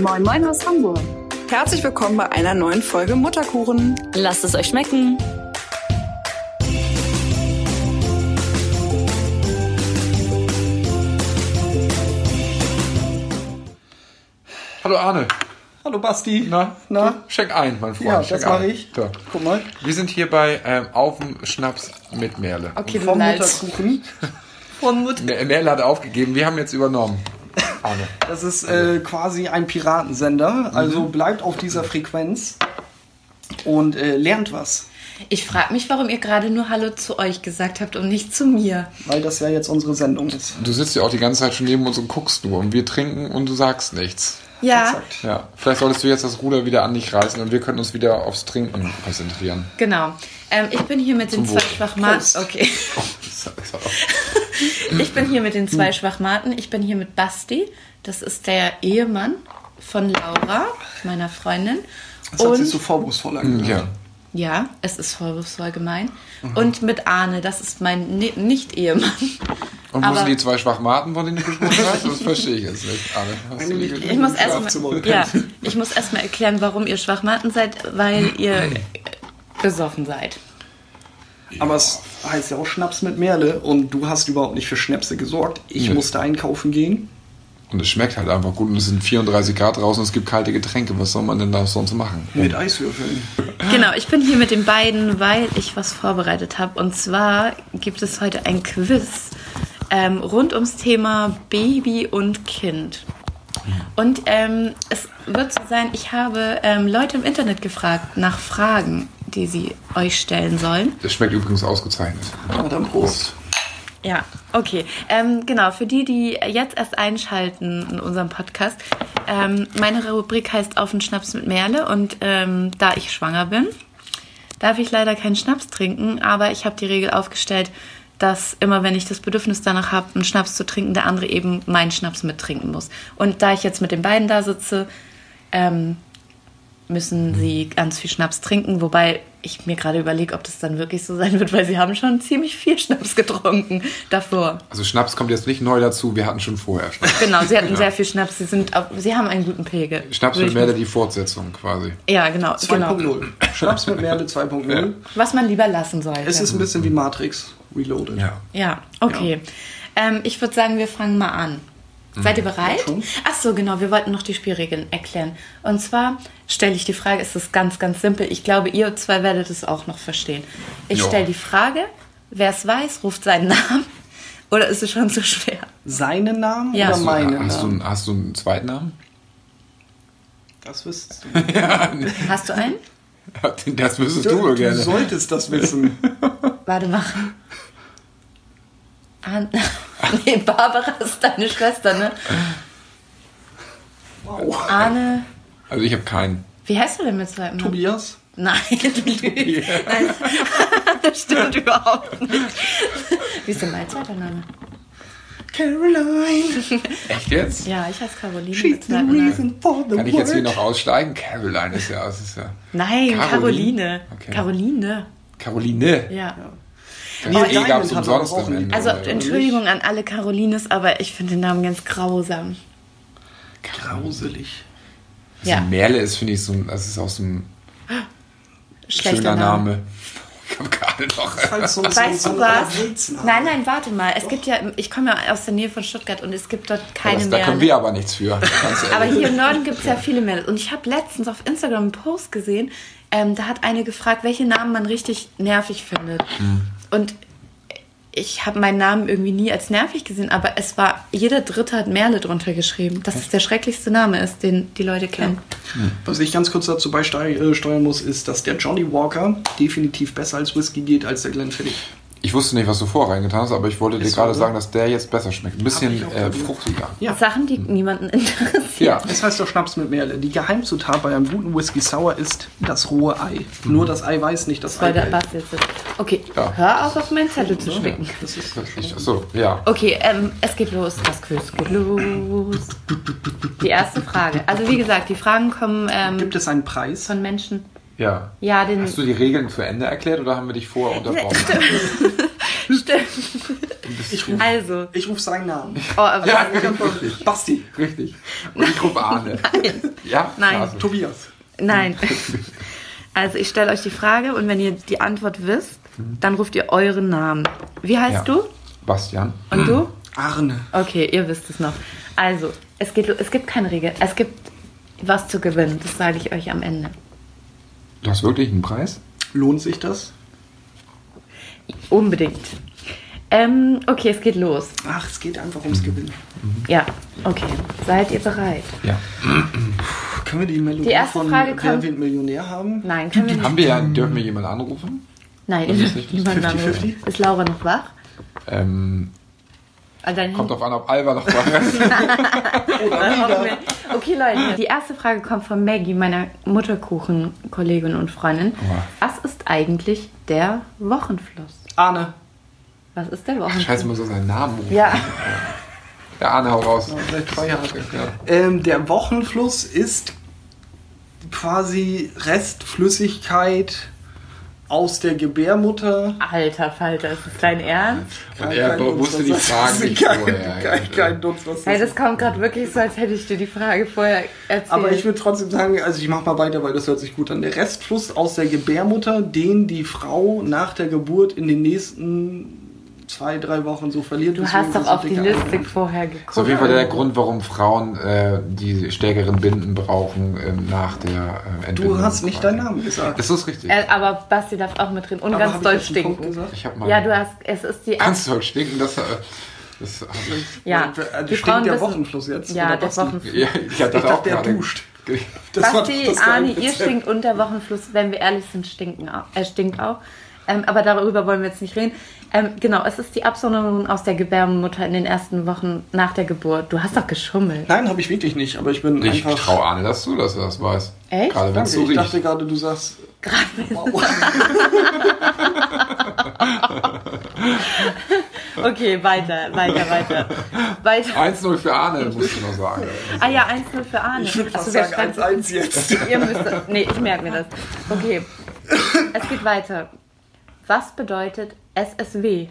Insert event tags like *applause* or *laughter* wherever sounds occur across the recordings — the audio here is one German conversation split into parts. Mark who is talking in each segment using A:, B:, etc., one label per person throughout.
A: Moin Moin aus Hamburg.
B: Herzlich willkommen bei einer neuen Folge Mutterkuchen.
C: Lasst es euch schmecken.
D: Hallo Arne.
E: Hallo Basti.
D: Na,
E: Na?
D: Schenk ein, mein Freund.
E: Ja,
D: Schenk
E: das mache
D: ein.
E: ich.
D: Ja.
E: Guck mal.
D: Wir sind hier bei ähm, Auf dem Schnaps mit Merle.
A: Okay, du
E: Vom
A: knallst.
F: *laughs*
E: Mutterkuchen.
C: Von Mut.
D: Mer- Merle hat aufgegeben, wir haben jetzt übernommen. Arne.
E: Das ist äh, quasi ein Piratensender. Also
D: Mhm.
E: bleibt auf dieser Frequenz und äh, lernt was.
F: Ich frage mich, warum ihr gerade nur Hallo zu euch gesagt habt und nicht zu mir.
E: Weil das ja jetzt unsere Sendung ist.
D: Du sitzt ja auch die ganze Zeit schon neben uns und guckst nur und wir trinken und du sagst nichts.
F: Ja,
E: Exakt.
D: Ja, vielleicht solltest du jetzt das Ruder wieder an dich reißen und wir können uns wieder aufs Trinken konzentrieren.
F: genau. Ähm, ich bin hier mit den
D: Wohl.
F: zwei Schwachmaten. Okay. *laughs*
D: Oh,
F: Ich bin hier mit den zwei Schwachmaten. Ich bin hier mit Basti. Das ist der Ehemann von Laura, meiner Freundin.
E: Das hat sich so
F: Und
E: vorwurfsvoll angehört.
D: Mhm. Ja.
F: ja, es ist vorwurfsvoll gemein.
E: Mhm.
F: Und mit Arne, das ist mein ne
E: *laughs*
F: Nicht-Ehemann.
D: Und wo
F: Aber-
D: sind die zwei Schwachmaten, von denen du gesprochen hast? Das verstehe ich jetzt nicht. Arne, hast du die gesehen?
F: Ich muss
E: Schlafzimmer
F: erstmal
E: und
F: ja, ich muss erst mal erklären, warum ihr Schwachmaten seid, weil
E: *laughs*
F: ihr besoffen seid.
E: Aber es heißt ja auch Schnaps mit Merle und du hast überhaupt nicht für Schnäpse gesorgt. Ich
D: Nee.
E: musste einkaufen gehen.
D: Und es schmeckt halt einfach gut und es sind 34 Grad draußen und es gibt kalte Getränke. Was soll man denn da sonst machen?
E: Mit Eiswürfeln.
F: Genau, ich bin hier mit den beiden, weil ich was vorbereitet habe. Und zwar gibt es heute ein Quiz ähm, rund ums Thema Baby und Kind. Und ähm, es wird so sein, ich habe ähm, Leute im Internet gefragt nach Fragen, die sie euch stellen sollen.
D: Das schmeckt übrigens ausgezeichnet.
E: Aber dann Prost.
D: Genau.
F: Ja, okay. Ähm, genau, für die, die jetzt erst einschalten in unserem Podcast, ähm, meine Rubrik heißt Auf den Schnaps mit Merle und ähm, da ich schwanger bin, darf ich leider keinen Schnaps trinken, aber ich habe die Regel aufgestellt, dass immer wenn ich das Bedürfnis danach habe, einen Schnaps zu trinken, der andere eben meinen Schnaps mittrinken muss. Und da ich jetzt mit den beiden da sitze, ähm, müssen sie ganz viel Schnaps trinken, wobei ich mir gerade überlege, ob das dann wirklich so sein wird, weil sie haben schon ziemlich viel Schnaps getrunken davor.
D: Also Schnaps kommt jetzt nicht neu dazu, wir hatten schon vorher Schnaps.
F: Genau, sie hatten sehr viel Schnaps, sie sind auf, sie haben einen guten Pegel.
D: Schnaps
F: Würde
D: mit
F: ich
D: Merle
F: mal-
D: die Fortsetzung quasi.
F: Ja, genau,
E: 2.0.
F: genau.
E: Schnaps mit Merle 2.0.
F: Was man lieber lassen sollte.
E: Es ist ein bisschen wie Matrix Reloaded.
D: Ja.
F: Ja, okay. Ähm, ich würde sagen, wir fangen mal an. Seid ihr bereit?
E: Mhm. schon.
F: Ach so, genau, wir wollten noch die Spielregeln erklären. Und zwar stelle ich die Frage, es ist ganz, ganz simpel. Ich glaube, ihr zwei werdet es auch noch verstehen. Ich
D: Ja.
F: stelle die Frage, wer es weiß, ruft seinen Namen. *laughs* Oder ist es schon zu schwer?
E: Seinen Namen
F: Ja.
E: oder
F: Hast
D: So,
E: meinen Namen?
D: hast, du, einen- hast du einen zweiten Namen? *laughs*
E: Das wüsstest du.
F: Hast du einen?
D: Das müsstest du, gerne.
E: solltest
D: *laughs*
E: das wissen.
F: Warte mal. Ah, *laughs* nee, Barbara ist deine Schwester, ne?
E: Wow.
F: Arne,
D: Also ich habe keinen.
F: wie heißt du denn mit zweiten Namen?
E: Tobias?
F: Nein, *laughs* du lügst. Nein, *laughs* das stimmt überhaupt nicht. Wie ist denn mein zweiter Name?
E: Caroline.
D: Echt jetzt?
F: Ja, ich heiße Caroline. mit
E: She's the
F: zweiten Namen.
E: reason for the
D: Kann ich jetzt hier
E: world.
D: noch aussteigen? Caroline ist ja, es ist ja.
F: Nein, Caroline.
D: Caroline. Okay.
F: Caroline,
D: Caroline.
F: ja.
D: Ja.
E: Nee,
D: Die
E: Diamond
D: gab es
E: hat
D: umsonst
E: aber auch
D: am Ende.
F: Also
D: oder?
F: Entschuldigung an alle Carolines, aber ich finde den Namen ganz grausam.
E: Grauselig.
D: Also
F: ja.
D: Merle ist, finde ich, so ein, das ist aus einem schöner Name. *laughs* Ich habe gerade noch.
E: Halt so,
F: Weißt
E: so,
F: du
E: so
F: was?
E: Sitzname.
F: Nein, nein, warte mal. Es gibt ja, ich komme ja aus der Nähe von Stuttgart und es gibt dort keine
D: Das, da
F: mehr.
D: können wir aber nichts
E: *laughs*
D: für. Ganz ehrlich.
F: Aber hier
D: *laughs*
F: im Norden gibt es ja viele mehr. Und ich habe letztens auf Instagram einen Post gesehen, ähm, da hat eine gefragt, welche Namen man richtig nervig findet.
D: Hm.
F: Und ich habe meinen Namen irgendwie nie als nervig gesehen, aber es war, jeder Dritte hat Merle drunter geschrieben, dass es der schrecklichste Name ist, den die Leute kennen.
E: Was ich ganz kurz dazu beisteuern äh, steuern muss, ist, dass der Johnny Walker definitiv besser als Whisky geht als der Glenfiddich.
D: Ich wusste nicht, was du vorher reingetan hast, aber ich wollte dir
E: Ist so,
D: gerade
E: oder?
D: sagen, dass der jetzt besser schmeckt. Ein bisschen
E: ich auch
D: äh,
E: probiert.
D: fruchtiger.
E: Ja.
F: Sachen, die niemanden interessieren.
D: Ja.
E: Es heißt doch Schnaps mit Merle. Die Geheimzutat bei einem guten Whisky Sour ist das rohe Ei.
D: Mhm.
E: Nur das Ei weiß nicht, das
F: Weil der
E: Ei.
F: Bass jetzt ist. Okay,
D: Ja.
F: hör auf, auf meinen Zettel zu spicken.
E: Das ist
D: Ich, achso, ja.
F: Okay, ähm, es geht los. Das Quiz geht los. Die erste Frage. Also wie gesagt, die Fragen kommen ähm,
E: Gibt es einen Preis?
F: von Menschen.
D: ja.
F: Ja,
E: *laughs*
F: den.
D: Hast du die Regeln zu Ende erklärt oder haben wir dich vorher unterbrochen?
E: Ich rufe
F: Also,
E: ich ruf seinen Namen.
F: oh, aber
D: Ja,
F: das ist kaputt.
D: richtig.
E: Basti.
D: Richtig. Und ich rufe Arne. Ja?
F: Nein.
D: Klaas.
E: Tobias.
F: Nein. Also ich stelle euch die Frage und wenn ihr die Antwort wisst,
E: Mhm.
F: dann ruft ihr euren Namen. Wie heißt
D: Ja.
F: du?
D: Bastian.
F: Und
E: Mhm.
F: du?
E: Arne.
F: Okay, ihr wisst es noch. Also, es, geht, lo- es gibt keine Regel. Es gibt was zu gewinnen. Das sage ich euch am Ende.
D: Du hast wirklich einen Preis?
E: Lohnt sich das?
F: Unbedingt. Ähm, okay, es geht los.
E: Ach, es geht einfach ums Gewinnen.
F: Ja, okay. Seid ihr bereit?
D: Ja.
E: Puh, Können wir die Melodie
F: Die erste
E: von
F: Frage
E: Wer
F: kommt-
E: wird Millionär haben?
F: Nein, können wir nicht.
D: Haben wir ja,
E: Ähm.
D: dürfen wir jemanden anrufen?
F: Nein, *laughs*
D: Das Also ist nicht-
F: niemand
E: 50-50?
F: anderes. Ist Laura noch wach?
D: Ähm,
F: Also dein
E: Ähm.
F: *laughs*
D: kommt drauf an, ob Alba noch da ist.
F: Okay, Leute. Die erste Frage kommt von Maggie, meiner Mutterkuchen-Kollegin und Freundin.
D: Aua.
F: Was ist eigentlich der Wochenfluss?
E: Arne.
F: Was ist der Wochenfluss?
D: Scheiße, muss er seinen Namen rufen.
F: Ja,
D: Der Arne, hau raus.
E: Vielleicht Feierabend.
D: Ja.
E: Ähm, der Wochenfluss ist quasi Restflüssigkeit aus der Gebärmutter.
F: alter Falter, ist das dein Ernst?
D: Und er
E: Kein
D: wusste die
E: Dunst, was
D: Fragen
E: das
D: nicht
E: ist. *laughs* Kein-
D: vorher.
E: Kein, kein Dunst, was das
F: Hey,
E: ist.
F: das kommt gerade wirklich so, als hätte ich dir die Frage vorher erzählt.
E: Aber ich würde trotzdem sagen, also ich mache mal weiter, weil das hört sich gut an. Der Restfluss aus der Gebärmutter, den die Frau nach der Geburt in den nächsten zwei, drei Wochen so verliert.
F: du
E: Deswegen
F: hast
E: ist
F: doch
E: es
F: auf die
E: dicker
F: Liste
E: Arm.
F: vorher
D: So, auf jeden
F: geguckt.
D: Fall der Grund, warum Frauen äh, die stärkeren Binden brauchen ähm, nach der äh, Entbindung.
E: Du hast nicht deinen Namen gesagt.
D: Das ist richtig.
F: Äh, aber Basti darf auch mit drin und
E: Aber hab
F: ganz
E: ich
F: doll
E: jetzt einen Punkt
F: stinken.
E: gesagt?
D: ich hab mal.
F: Ja, du hast, es ist die
D: Kannst du halt stinken, dass er. Das, hab ich-
F: Ja,
E: Äh,
F: die
E: stinkt
F: Frauen
E: der
F: wissen-
E: Wochenfluss jetzt,
F: Ja,
E: oder
F: der
E: Basti?
F: Wochenfluss.
D: ja, ich hab das
E: dachte,
D: auch
E: der
D: gerade-
E: duscht.
D: Das war
F: Basti,
D: doch das
F: Ani, ihr
D: Geheimrezept.
F: stinkt und der Wochenfluss, wenn wir ehrlich sind, stinken auch, äh, stinkt auch. Ähm, aber darüber wollen wir jetzt nicht reden. Ähm, genau, es ist die Absonderung aus der Gebärmutter in den ersten Wochen nach der Geburt. Du hast doch geschummelt.
E: Nein, habe ich wirklich nicht, aber ich bin
D: Ich
E: einfach...
D: traue Arne das zu, dass er das weiß.
F: Echt?
D: Gerade wenn es
E: Danke,
D: so
E: ich
D: riecht.
E: dachte gerade, du sagst...
F: Okay, weiter, weiter, weiter. Weiter.
D: 1-0 für Arne, musst du noch sagen.
F: Ah ja, 1-0 für Arne.
E: Ich würde fast
F: wer
E: sagen
F: schreibt-
E: 1-1
D: *laughs*
E: jetzt.
F: Ihr müsst. Nee, ich merke mir das. Okay. Es geht weiter. Was bedeutet SSW?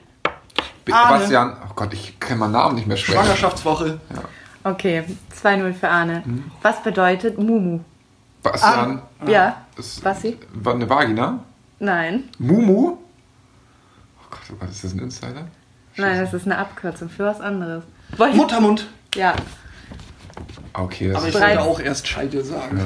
D: Bi-
E: Arne.
D: Bastian, oh Gott, ich kann meinen Namen nicht mehr sprechen.
E: Schwangerschaftswoche.
F: Okay, 2-0 für Arne. Was bedeutet Mumu?
D: Bastian,
F: Ja.
D: ist
F: Basti?
D: war eine Vagina.
F: Nein.
D: Mumu. Oh Gott, oh Gott, ist das ein Insider?
F: Nein, das ist eine Abkürzung für was anderes. Wollte-
E: Muttermund.
F: Ja.
D: Ah, Okay, das
E: Aber ich
D: ist.
F: Bereits-
E: wollte auch erst Scheide sagen.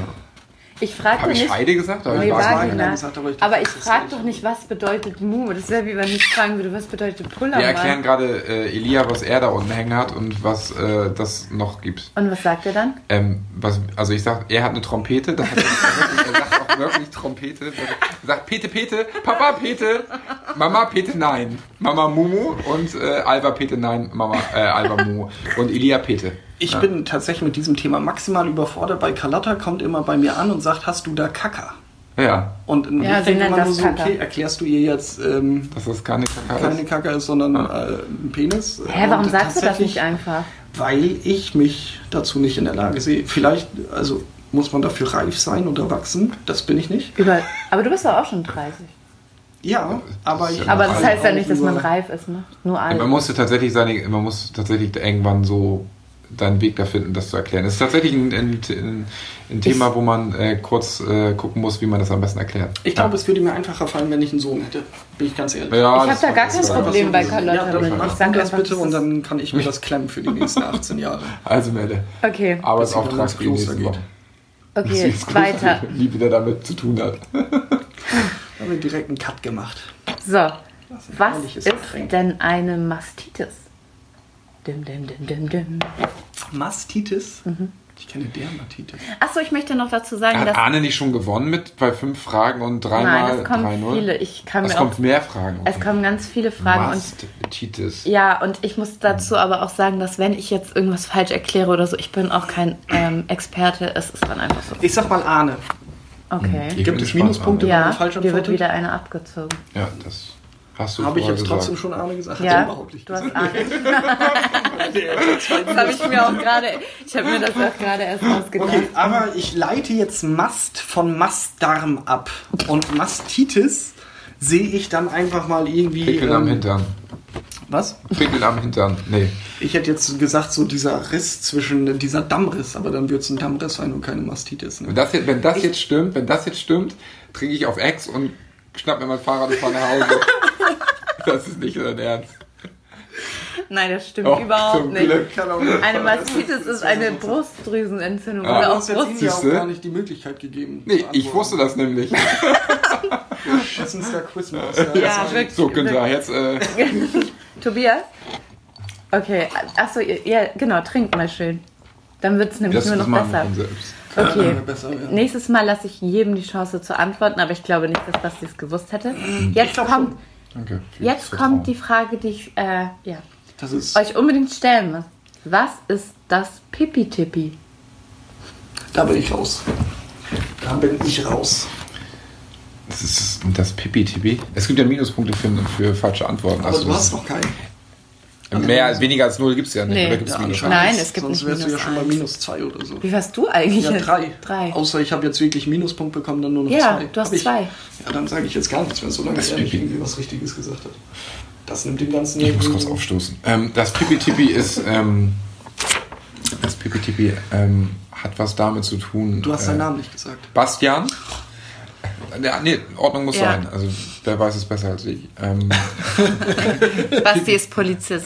F: Ich frage
D: Habe
F: nicht.
D: ich Scheide gesagt? Hab ich
F: Nee,
D: Vagina
E: Vagina.
F: Vagina.
E: gesagt, aber ich dachte,
F: Aber ich
E: das ist
F: frage
E: nicht.
F: doch nicht, was bedeutet Mumu. Das wäre wie wenn ich fragen würde, was bedeutet
D: Wir erklären
F: Pullermann.
D: gerade äh, Elia, was er da unten hängen hat und was äh, das noch gibt.
F: Und was sagt er dann?
D: Ähm, was, also ich sag, er hat eine Trompete, das hat er, wirklich, er sagt auch wirklich Trompete. Er sagt Pete, Pete, Papa, Pete, Mama, Pete, nein. Mama, Mumu und äh, Alba, Pete, nein, Mama, äh, Alba, Mumu und Elia, Pete.
E: Ich bin tatsächlich mit diesem Thema maximal überfordert, weil Carlotta kommt immer bei mir an und sagt, hast du da Kacker?
D: Ja,
E: Und in
F: Ja,
E: mir
F: sie
E: denkt
F: nennt
E: man nur
F: das
E: so,
F: Kacker.
E: okay, erklärst du ihr jetzt ähm,
D: dass das keine Kaka
E: keine
D: ist.
E: Kacker ist, sondern äh, ein Penis?
F: Hä, warum
E: Und
F: sagst du das
E: tatsächlich,
F: nicht einfach?
E: Weil ich mich dazu nicht in der Lage sehe. Vielleicht, also muss man dafür reif sein und erwachsen, das bin ich nicht.
F: Über aber du bist doch auch schon 30.
E: Ja, aber
D: Das ist
E: ich...
D: ja
F: Aber
D: Nein,
F: das heißt ja
E: auch
F: nicht, dass
E: über-
F: man reif ist, ne? Nur alt.
D: Man musste tatsächlich seine, man muss tatsächlich irgendwann so deinen Weg da finden, das zu erklären. Es ist tatsächlich ein, ein, ein, ein Thema, wo man äh, kurz äh, gucken muss, wie man das am besten erklärt.
E: Ich glaube, es würde mir einfacher fallen, wenn ich einen Sohn hätte. Bin ich ganz ehrlich. Also,
D: Ja, das
F: ich habe da
D: war-
F: gar
D: das
F: kein
D: war-
F: Problem bei
E: Ja,
F: Carlotta
E: dann
F: mit. Ich
E: mach
F: sag
E: du das
F: einfach,
E: bitte
F: das
E: und
F: ist-
E: dann kann ich mir das klemmen für
D: *laughs*
E: die nächsten 18 Jahre.
D: Also Melle.
F: Okay,
D: Arbeitsauftrag
E: Dass
D: für
E: sie
D: die
E: dann ins
D: nächsten
E: Kloster
D: Wochen.
F: okay, weiter.
D: Wie wieder damit zu tun hat.
E: Haben wir direkt einen Cut gemacht.
F: So,
E: ein
F: was
E: herrliches
F: ist
E: Getränk.
F: denn eine Mastitis? Dim, dim, dim, dim, dim.
E: Mastitis?
F: Mhm.
E: Ich kenne Dermatitis.
F: Achso, ich möchte noch dazu sagen,
D: Hat
F: dass...
D: Arne nicht schon gewonnen mit bei fünf Fragen und dreimal
F: Nein, es kommen
D: 3-0?
F: viele. Ich kann
D: es
F: mir
D: kommt
F: auch-
D: mehr Fragen.
F: Es kommen ganz viele Fragen und
D: Mastitis.
F: Ja, und ich muss dazu aber auch sagen, dass wenn ich jetzt irgendwas falsch erkläre oder so, ich bin auch kein ähm, Experte, es ist dann einfach so.
E: Ich sag mal Ahne.
D: Ich
F: Okay.
D: bin
E: Gibt es
D: gespannt,
E: Minuspunkte,
D: Arne.
E: wenn man
F: Ja,
E: falsch
F: dir wird
E: antwortet?
F: wieder eine abgezogen.
D: Ja, das hast du
E: Habe ich
D: vorher
E: jetzt
D: gesagt.
E: trotzdem schon Ahne gesagt? Hat er
F: Ja,
E: überhaupt nicht
F: du hast
E: gesagt.
F: Ahnung. *laughs* Das habe ich mir auch gerade, ich habe mir das auch gerade erst ausgedacht.
E: Okay, aber ich leite jetzt Mast von Mastdarm ab. Und Mastitis sehe ich dann einfach mal irgendwie. ähm,
D: Pickel am Hintern.
E: Was?
D: Pickel am Hintern. Nee.
E: Ich hätte jetzt gesagt, so dieser Riss zwischen, dieser Dammriss, aber dann wird es ein Dammriss sein und keine Mastitis.
D: Wenn
E: Ne?
D: das jetzt, wenn das jetzt stimmt, wenn das jetzt stimmt, trinke ich auf Ex und schnapp mir mein Fahrrad und fahre nach
F: *laughs*
D: Hause. das ist nicht dein Ernst.
F: Nein, das stimmt
D: Oh,
F: überhaupt
D: zum
F: nicht.
D: Glück.
E: Kann auch nicht.
F: Eine Mastitis ist eine Brustdrüsenentzündung
D: Ah.
F: oder
E: Du
F: auch
E: hast jetzt ihm
F: Brust.
E: ja auch
D: Siehste?
E: gar nicht die Möglichkeit gegeben.
D: Nee, ich wusste das nämlich.
E: Schissendster Quizmaus.
F: Ja,
E: sorry.
F: wirklich.
D: So, Günther, jetzt, äh,
F: Tobias? Okay, achso, ja, genau, trink mal schön. Dann wird es nämlich
D: das,
F: nur
D: das
F: noch
D: machen wir
F: besser.
D: von selbst.
F: Okay.
E: Ja, besser, ja.
F: Nächstes Mal lasse ich jedem die Chance zu antworten, aber ich glaube nicht, dass Basti es gewusst hätte.
D: Mhm.
F: Jetzt kommt,
D: Danke. für
F: jetzt
D: das
F: kommt die
D: Vertrauen.
F: Frage, die ich äh, ja,
E: Das ist,
F: euch unbedingt stellen muss. Was ist das Pipi-Tippi?
E: da bin ich raus. Da bin ich raus.
D: Das ist das Pipi-Tipi. Es gibt ja Minuspunkte für, für falsche Antworten. Also
E: Aber du
D: das-
E: hast noch keinen.
D: mehr als weniger als null gibt es ja nicht.
F: Nee.
D: Oder gibt's Minus?
E: anscheinend
F: Nein,
E: nicht.
F: es gibt
E: Sonst
F: nicht
E: wärst du ja
F: minus
E: schon bei
F: eins.
E: minus zwei oder so.
F: Wie warst du eigentlich?
E: Ja, drei.
F: Drei.
E: Außer ich habe jetzt wirklich Minuspunkt bekommen, dann nur noch
F: Ja,
E: zwei.
F: du hast
E: Hab ich,
F: zwei.
E: Ja, dann sage ich jetzt gar nichts mehr, solange
D: Das
E: er nicht
D: Pipi.
E: irgendwie was Richtiges gesagt hat. Das nimmt dem Ganzen
D: Ich muss kurz aufstoßen. Ähm, das Pipi-Tipi ist. Ähm, das Pipi-Tipi ähm, hat was damit zu tun.
E: Du hast
D: äh,
E: seinen Namen nicht gesagt.
D: Bastian? Ja, nee, Ordnung muss
F: Ja.
D: sein. Also, wer weiß es besser als ich.
E: *laughs*
D: Ähm,
F: Basti ist Polizist.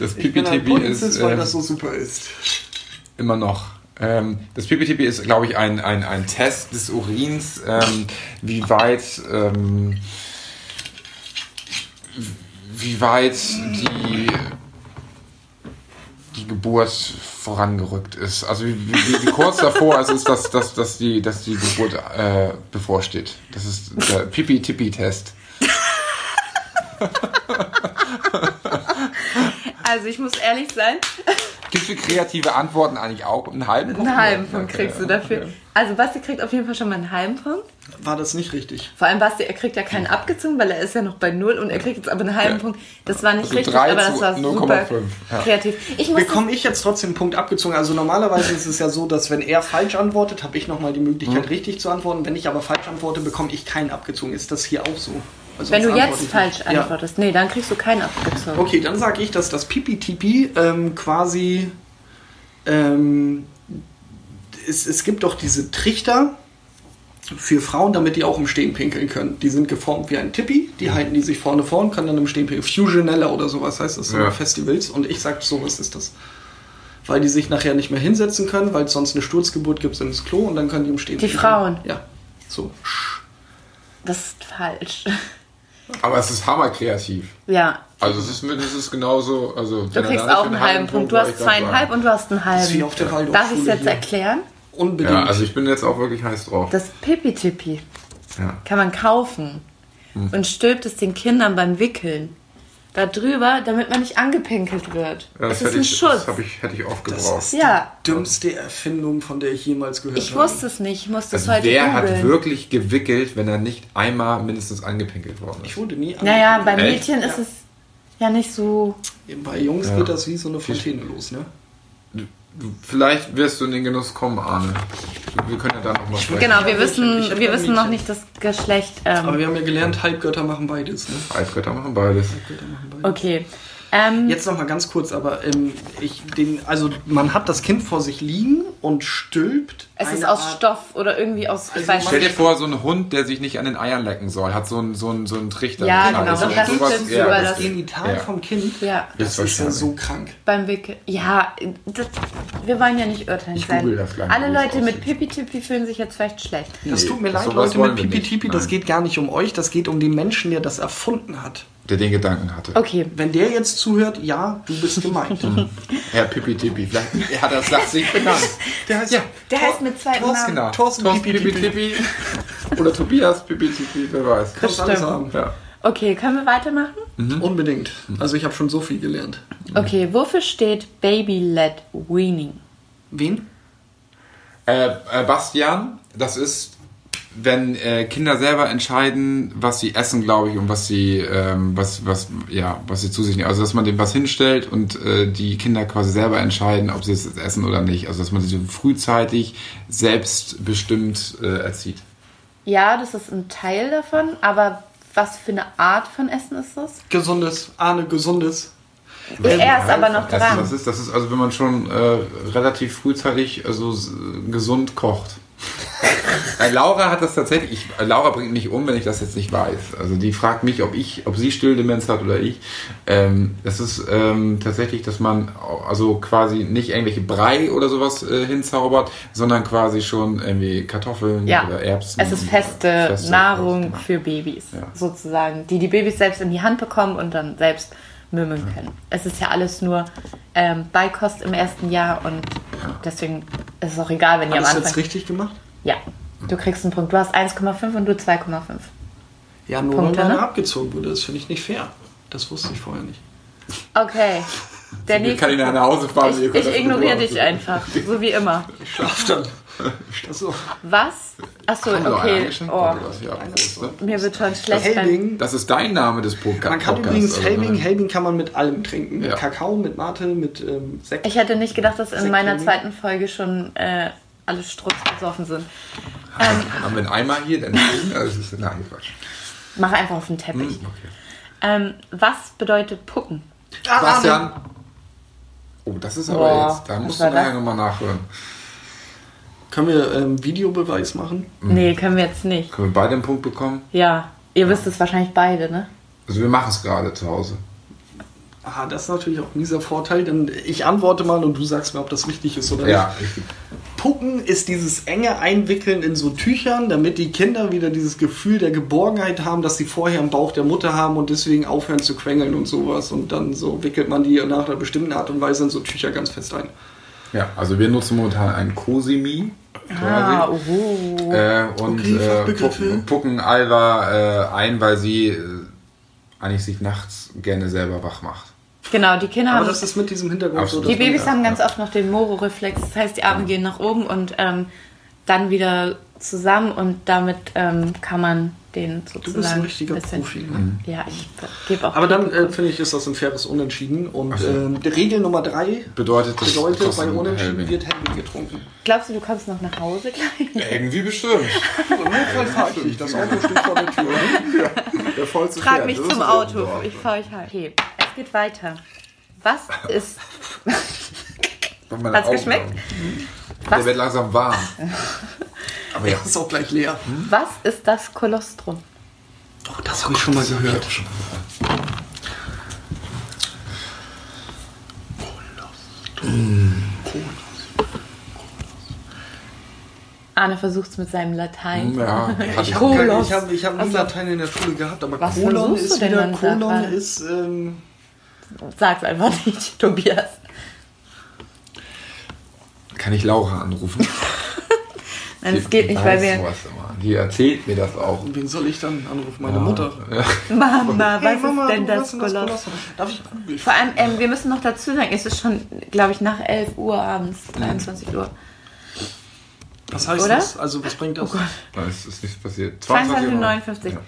D: das
E: Ich bin ein
D: Pipi-Tipi
E: Polizist,
D: ist.
E: weil
D: ähm,
E: das so super ist.
D: Immer noch. Ähm, das PPTP ist, glaube ich, ein, ein, ein Test des Urins, ähm, wie weit, ähm, wie weit die, die Geburt vorangerückt ist. Also wie, wie, wie kurz davor es ist, dass, dass, dass, die, dass die Geburt äh, bevorsteht. Das ist der Pipi-Tippi-Test.
F: Also ich muss ehrlich
D: *laughs*
F: sein,
D: Gibt für kreative Antworten eigentlich auch einen halben Punkt?
F: einen halben Punkt
D: Okay,
F: kriegst du dafür.
D: okay.
F: Also Basti kriegt auf jeden Fall schon mal einen halben Punkt.
E: War das nicht richtig?
F: Vor allem Basti, er kriegt ja keinen abgezogen, weil er ist ja noch bei null und er kriegt jetzt aber einen halben
D: Ja.
F: Punkt. Das war nicht
D: Also
F: richtig,
D: drei
F: aber das
D: zu
F: war super
D: 0,5. Ja.
F: kreativ. Ich muss
E: Bekomme ich jetzt trotzdem einen Punkt abgezogen? Also normalerweise ist es ja so, dass wenn er falsch antwortet, habe ich nochmal die Möglichkeit, richtig zu antworten. Wenn ich aber falsch antworte, bekomme ich keinen abgezogen. Ist das hier auch so? Also
F: wenn du
E: sonst antworte
F: jetzt
E: ich
F: falsch
E: nicht. Ja.
F: antwortest, nee, dann kriegst du keinen abgezogen.
E: Okay, dann sage ich, dass das Pipi-Tipi ähm, quasi. Ähm, es, es gibt doch diese Trichter für Frauen, damit die auch im Stehen pinkeln können. Die sind geformt wie ein Tippi,
D: Mhm.
E: die halten die sich vorne vor und können dann im Stehen pinkeln. Fusionella oder sowas heißt das, so
D: Ja.
E: Festivals. Und ich sag, sowas ist das. Weil die sich nachher nicht mehr hinsetzen können, weil es sonst eine Sturzgeburt gibt ins Klo und dann können die im Stehen
F: Die Frauen.
E: Ja, so.
F: Das ist falsch. *laughs*
D: Aber es ist hammerkreativ.
F: Ja,
D: Also es ist mindestens genauso. Also
F: du kriegst auch einen halben Punkt. Du hast zweieinhalb und du hast einen
E: Das ist wie
F: halben.
E: auf der Waldorfschule
F: Darf ich es jetzt
E: hier.
F: erklären?
E: Unbedingt.
D: Ja, also ich bin jetzt auch wirklich heiß drauf.
F: Das Pipi-Tippi
D: Ja.
F: kann man kaufen
E: Hm.
F: und stülpt es den Kindern beim Wickeln. Da drüber, damit man nicht angepinkelt wird.
D: Ja,
F: das,
D: hätte
F: ist ein
D: ich,
F: Schutz.
D: Das hab ich, hätte ich oft
E: das ist
D: gebraucht.
F: Ja.
E: die dümmste Erfindung, von der ich jemals gehört
F: Ich
E: habe.
F: wusste es nicht. Ich musste es
D: Also
F: heute
D: wer
F: googeln.
D: hat wirklich gewickelt, wenn er nicht einmal mindestens angepinkelt worden
E: Ich
D: ist?
E: wurde nie
F: Naja, bei
D: Echt?
F: Mädchen ist es ja nicht so.
E: Bei Jungs
D: Ja.
E: geht das wie so eine Fontäne los, ne?
D: Du- Vielleicht wirst du in den Genuss kommen, Arne. Du- Wir können ja da nochmal sprechen.
F: Genau, wir
E: Mädchen. Ich
F: wissen,
E: hab
F: wir
E: bei
F: wissen noch
E: Mädchen.
F: nicht das Geschlecht.
E: Aber
F: Ähm,
E: wir haben ja gelernt, Halbgötter machen beides, ne?
D: Alfred, da machen beides.
F: okay. Ähm,
E: Jetzt nochmal ganz kurz, aber ähm, ich den, also man hat das Kind vor sich liegen und stülpt.
F: es ist
E: eine
F: aus
E: Art-
F: Stoff oder irgendwie aus. Ich
E: Also
F: weiß
D: Stell dir
F: nicht.
D: vor, so ein Hund, der sich nicht an den Eiern lecken soll, hat so einen, so einen, so einen Trichter.
F: Ja,
D: im Knall.
F: genau.
D: Also
F: Und dann
D: sowas-
F: sitzt
D: ja,
F: über
E: Das
F: das-
E: Genital
D: Ja.
E: vom Kind.
F: Ja.
E: Das
D: Das
E: ist ja
D: wahrscheinlich.
E: so krank.
F: Beim Wickeln. Ja, das, wir wollen ja nicht urteilen.
D: Ich
F: sein.
D: google das gleich mal,
F: Alle
D: wie es
F: Leute mit
D: aussieht.
F: Pipi-Tippi fühlen sich jetzt vielleicht schlecht.
E: Das tut mir leid,
D: sowas
E: Leute, mit
D: wollen wir nicht.
E: Pipi-Tipi, das
D: Nein.
E: geht gar nicht um euch, das geht um den Menschen, der das erfunden hat.
D: Der den Gedanken hatte.
F: Okay.
E: Wenn der jetzt zuhört, ja, du bist
D: *laughs*
E: gemeint.
D: Herr Pipi-Tipi, vielleicht er hat das nach
E: *laughs*
D: sich benannt.
E: der heißt,
D: Ja.
F: Der heißt mit zweiten
E: Thorsten,
D: Genau.
F: Namen.
E: Thorsten
D: Pipi-Tipi. Oder Tobias Pipi-Tipi, wer weiß.
E: Kannst alles
F: stimmt.
E: haben.
D: Ja.
F: Okay, können wir weitermachen?
D: Mhm.
E: Unbedingt. Also ich habe schon so viel gelernt.
F: Okay, wofür steht Baby-led Weaning?
E: Wen?
D: Äh, äh, Bastian, das ist, wenn äh, Kinder selber entscheiden, was sie essen, glaube ich, und was sie, ähm, was, was, ja, was sie zu sich nehmen. Also, dass man dem was hinstellt und äh, die Kinder quasi selber entscheiden, ob sie es jetzt essen oder nicht. Also, dass man sie so frühzeitig selbstbestimmt äh, erzieht.
F: Ja, das ist ein Teil davon, aber was für eine Art von Essen ist das?
E: Gesundes, Ahne, gesundes.
F: er ist aber noch
D: das,
F: dran.
D: Das ist, das ist also, wenn man schon äh, relativ frühzeitig also s- gesund
F: *laughs*
D: kocht. Äh, Laura hat das tatsächlich. Ich, äh, Laura bringt mich um, wenn ich das jetzt nicht weiß. Also die fragt mich, ob ich, ob sie Stilldemenz hat oder ich. Ähm, das ist ähm, tatsächlich, dass man au- also quasi nicht irgendwelche Brei oder sowas äh, hinzaubert, sondern quasi schon irgendwie Kartoffeln
F: ja,
D: oder Erbsen.
F: es ist feste,
D: Feste
F: Nahrung
D: Kost, genau.
F: für Babys
D: Ja.
F: sozusagen, die die Babys selbst in die Hand bekommen und dann selbst mümmeln können. Es ist ja alles nur ähm, Beikost im ersten Jahr und deswegen ist es auch egal, wenn ihr am
E: Hast du
F: Anfang...
E: jetzt richtig gemacht?
F: Ja, du kriegst einen Punkt. Du hast 1,5 und du 2,5.
E: Ja, nur
F: Punkte,
E: weil
F: ne?
E: einer abgezogen wurde. Das finde ich nicht fair. Das wusste ich
D: *laughs*
E: vorher nicht.
F: Okay, der
D: Ich
F: nächste...
D: kann ihn nach Hause fahren.
F: Ich,
D: ihr könnt
F: ich
D: das mit
F: ignoriere
D: Laura
F: dich
D: tun.
F: einfach, so wie immer.
E: Schlaf dann. Das ist
F: Was? Achso,
D: Haben wir noch einen
F: okay.
D: eingeschenkt?
F: Oh,
D: Das, ja, Prost, ne?
F: mir wird schon schlecht. beim-
E: Helbing.
D: das ist dein Name des Podca- Podcasts.
E: Man kann übrigens
D: also,
E: Helbing,
D: ne?
E: Helbing kann man mit allem trinken. Mit
D: Ja.
E: Kakao, mit Mate, mit ähm, Sekt.
F: Ich hätte nicht gedacht, dass in
E: Sekt
F: meiner
E: Helbing.
F: zweiten Folge schon äh, alle Strutz besoffen sind. Ähm,
D: Haben wir einen Eimer hier? Dann das ist nein, Quatsch.
F: Mach einfach auf den
E: Hm.
F: Teppich.
D: Okay.
F: Ähm, was bedeutet Pucken?
E: Ah,
D: Bastian. Oh, das ist aber
F: Boah,
D: jetzt. Da musst du
F: was war
D: nachher
F: das?
D: nochmal nachhören.
E: Können wir ähm, Videobeweis machen?
F: Nee, können wir jetzt nicht.
D: Können wir beide einen Punkt bekommen?
F: Ja, ihr wisst es wahrscheinlich beide, ne?
D: Also wir machen es gerade zu Hause.
E: Ah, das ist natürlich auch ein mieser Vorteil, denn ich antworte mal und du sagst mir, ob das richtig ist oder
D: Ja,
E: nicht.
D: richtig.
E: Pucken ist dieses enge Einwickeln in so Tüchern, damit die Kinder wieder dieses Gefühl der Geborgenheit haben, dass sie vorher im Bauch der Mutter haben und deswegen aufhören zu quengeln und sowas. Und dann so wickelt man die nach einer bestimmten Art und Weise in so Tücher ganz fest ein.
D: Ja, also wir nutzen momentan einen Cosimi.
F: Ah, oh.
D: quasi.
F: uhu.
D: Äh, und
E: Okay,
D: äh,
E: Fachbegriffe.
D: pucken, pucken Alva äh, ein, weil sie äh, eigentlich sich nachts gerne selber wach macht.
F: Genau, die Kinder
E: Aber
F: haben.
E: das ist mit diesem Hintergrund
D: Absolut.
E: so.
F: Die
E: dass man-
F: Babys haben ganz oft noch den Moro-Reflex, das heißt, die Arme gehen nach oben und ähm, dann wieder zusammen und damit ähm, kann man den sozusagen.
E: Du bist ein richtiger Profi. Ne?
F: Ja, ich gebe auch.
E: Aber dann äh, finde ich, ist das ein faires Unentschieden. Und ähm, die Regel Nummer drei
D: Bedeutet das
E: bedeutet, bei
D: trotzdem
E: Unentschieden
D: Helbing.
E: wird Helbing getrunken.
F: Glaubst du, du kommst noch nach Hause gleich?
D: Irgendwie bestimmt.
E: Im Notfall fahre ich dich, das Auto steht vor der Tür.
D: *laughs* Der vollste
F: Trag
D: Pferd.
F: mich
D: Das
F: zum
D: ist
F: Auto,
D: Obendorf.
F: ich fahre euch halt. Okay, es geht weiter. Was
D: *laughs*
F: ist.
D: Mach mal
F: Hat's
D: Augen
F: geschmeckt?
D: auf. Der
F: Was,
D: wird langsam warm.
F: *laughs*
D: Aber ja.
E: *laughs* Das ist auch gleich leer.
F: was ist das Kolostrum?
E: Oh, Hm? das habe ich schon mal gehört.
F: Arne versucht's mit seinem Latein.
D: Ja, hatte
E: Ich
D: ich.
E: habe keine-
F: Kolos.
E: ich hab, ich hab nie
F: Also-
E: Latein in der Schule gehabt, aber
F: Was
E: Kolon
F: versuchst
E: ist
F: du denn
E: wieder
F: dann,
E: Kolon
F: Safran?
E: ist ähm,
F: Sag's einfach nicht, *laughs* Tobias.
D: Kann ich Laura
F: *laughs*
D: anrufen?
F: Nein, es geht nicht, weil wir.
D: Sowas immer. Die erzählt mir das auch.
E: wen soll ich dann anrufen? Meine Mutter.
F: Mama, was ist
E: du
F: denn das
E: hast ein
F: Kolostrum?
E: Kolostrum. Darf ich googeln?
F: Vor allem, ähm, wir müssen noch dazu sagen, es ist schon, glaube ich, nach 11 Uhr abends, 23 Uhr.
E: Was heißt
F: Oder? Oh
E: das? Also was bringt das?
D: *laughs* Nein, es ist nichts passiert.
F: 22.59
D: Ja.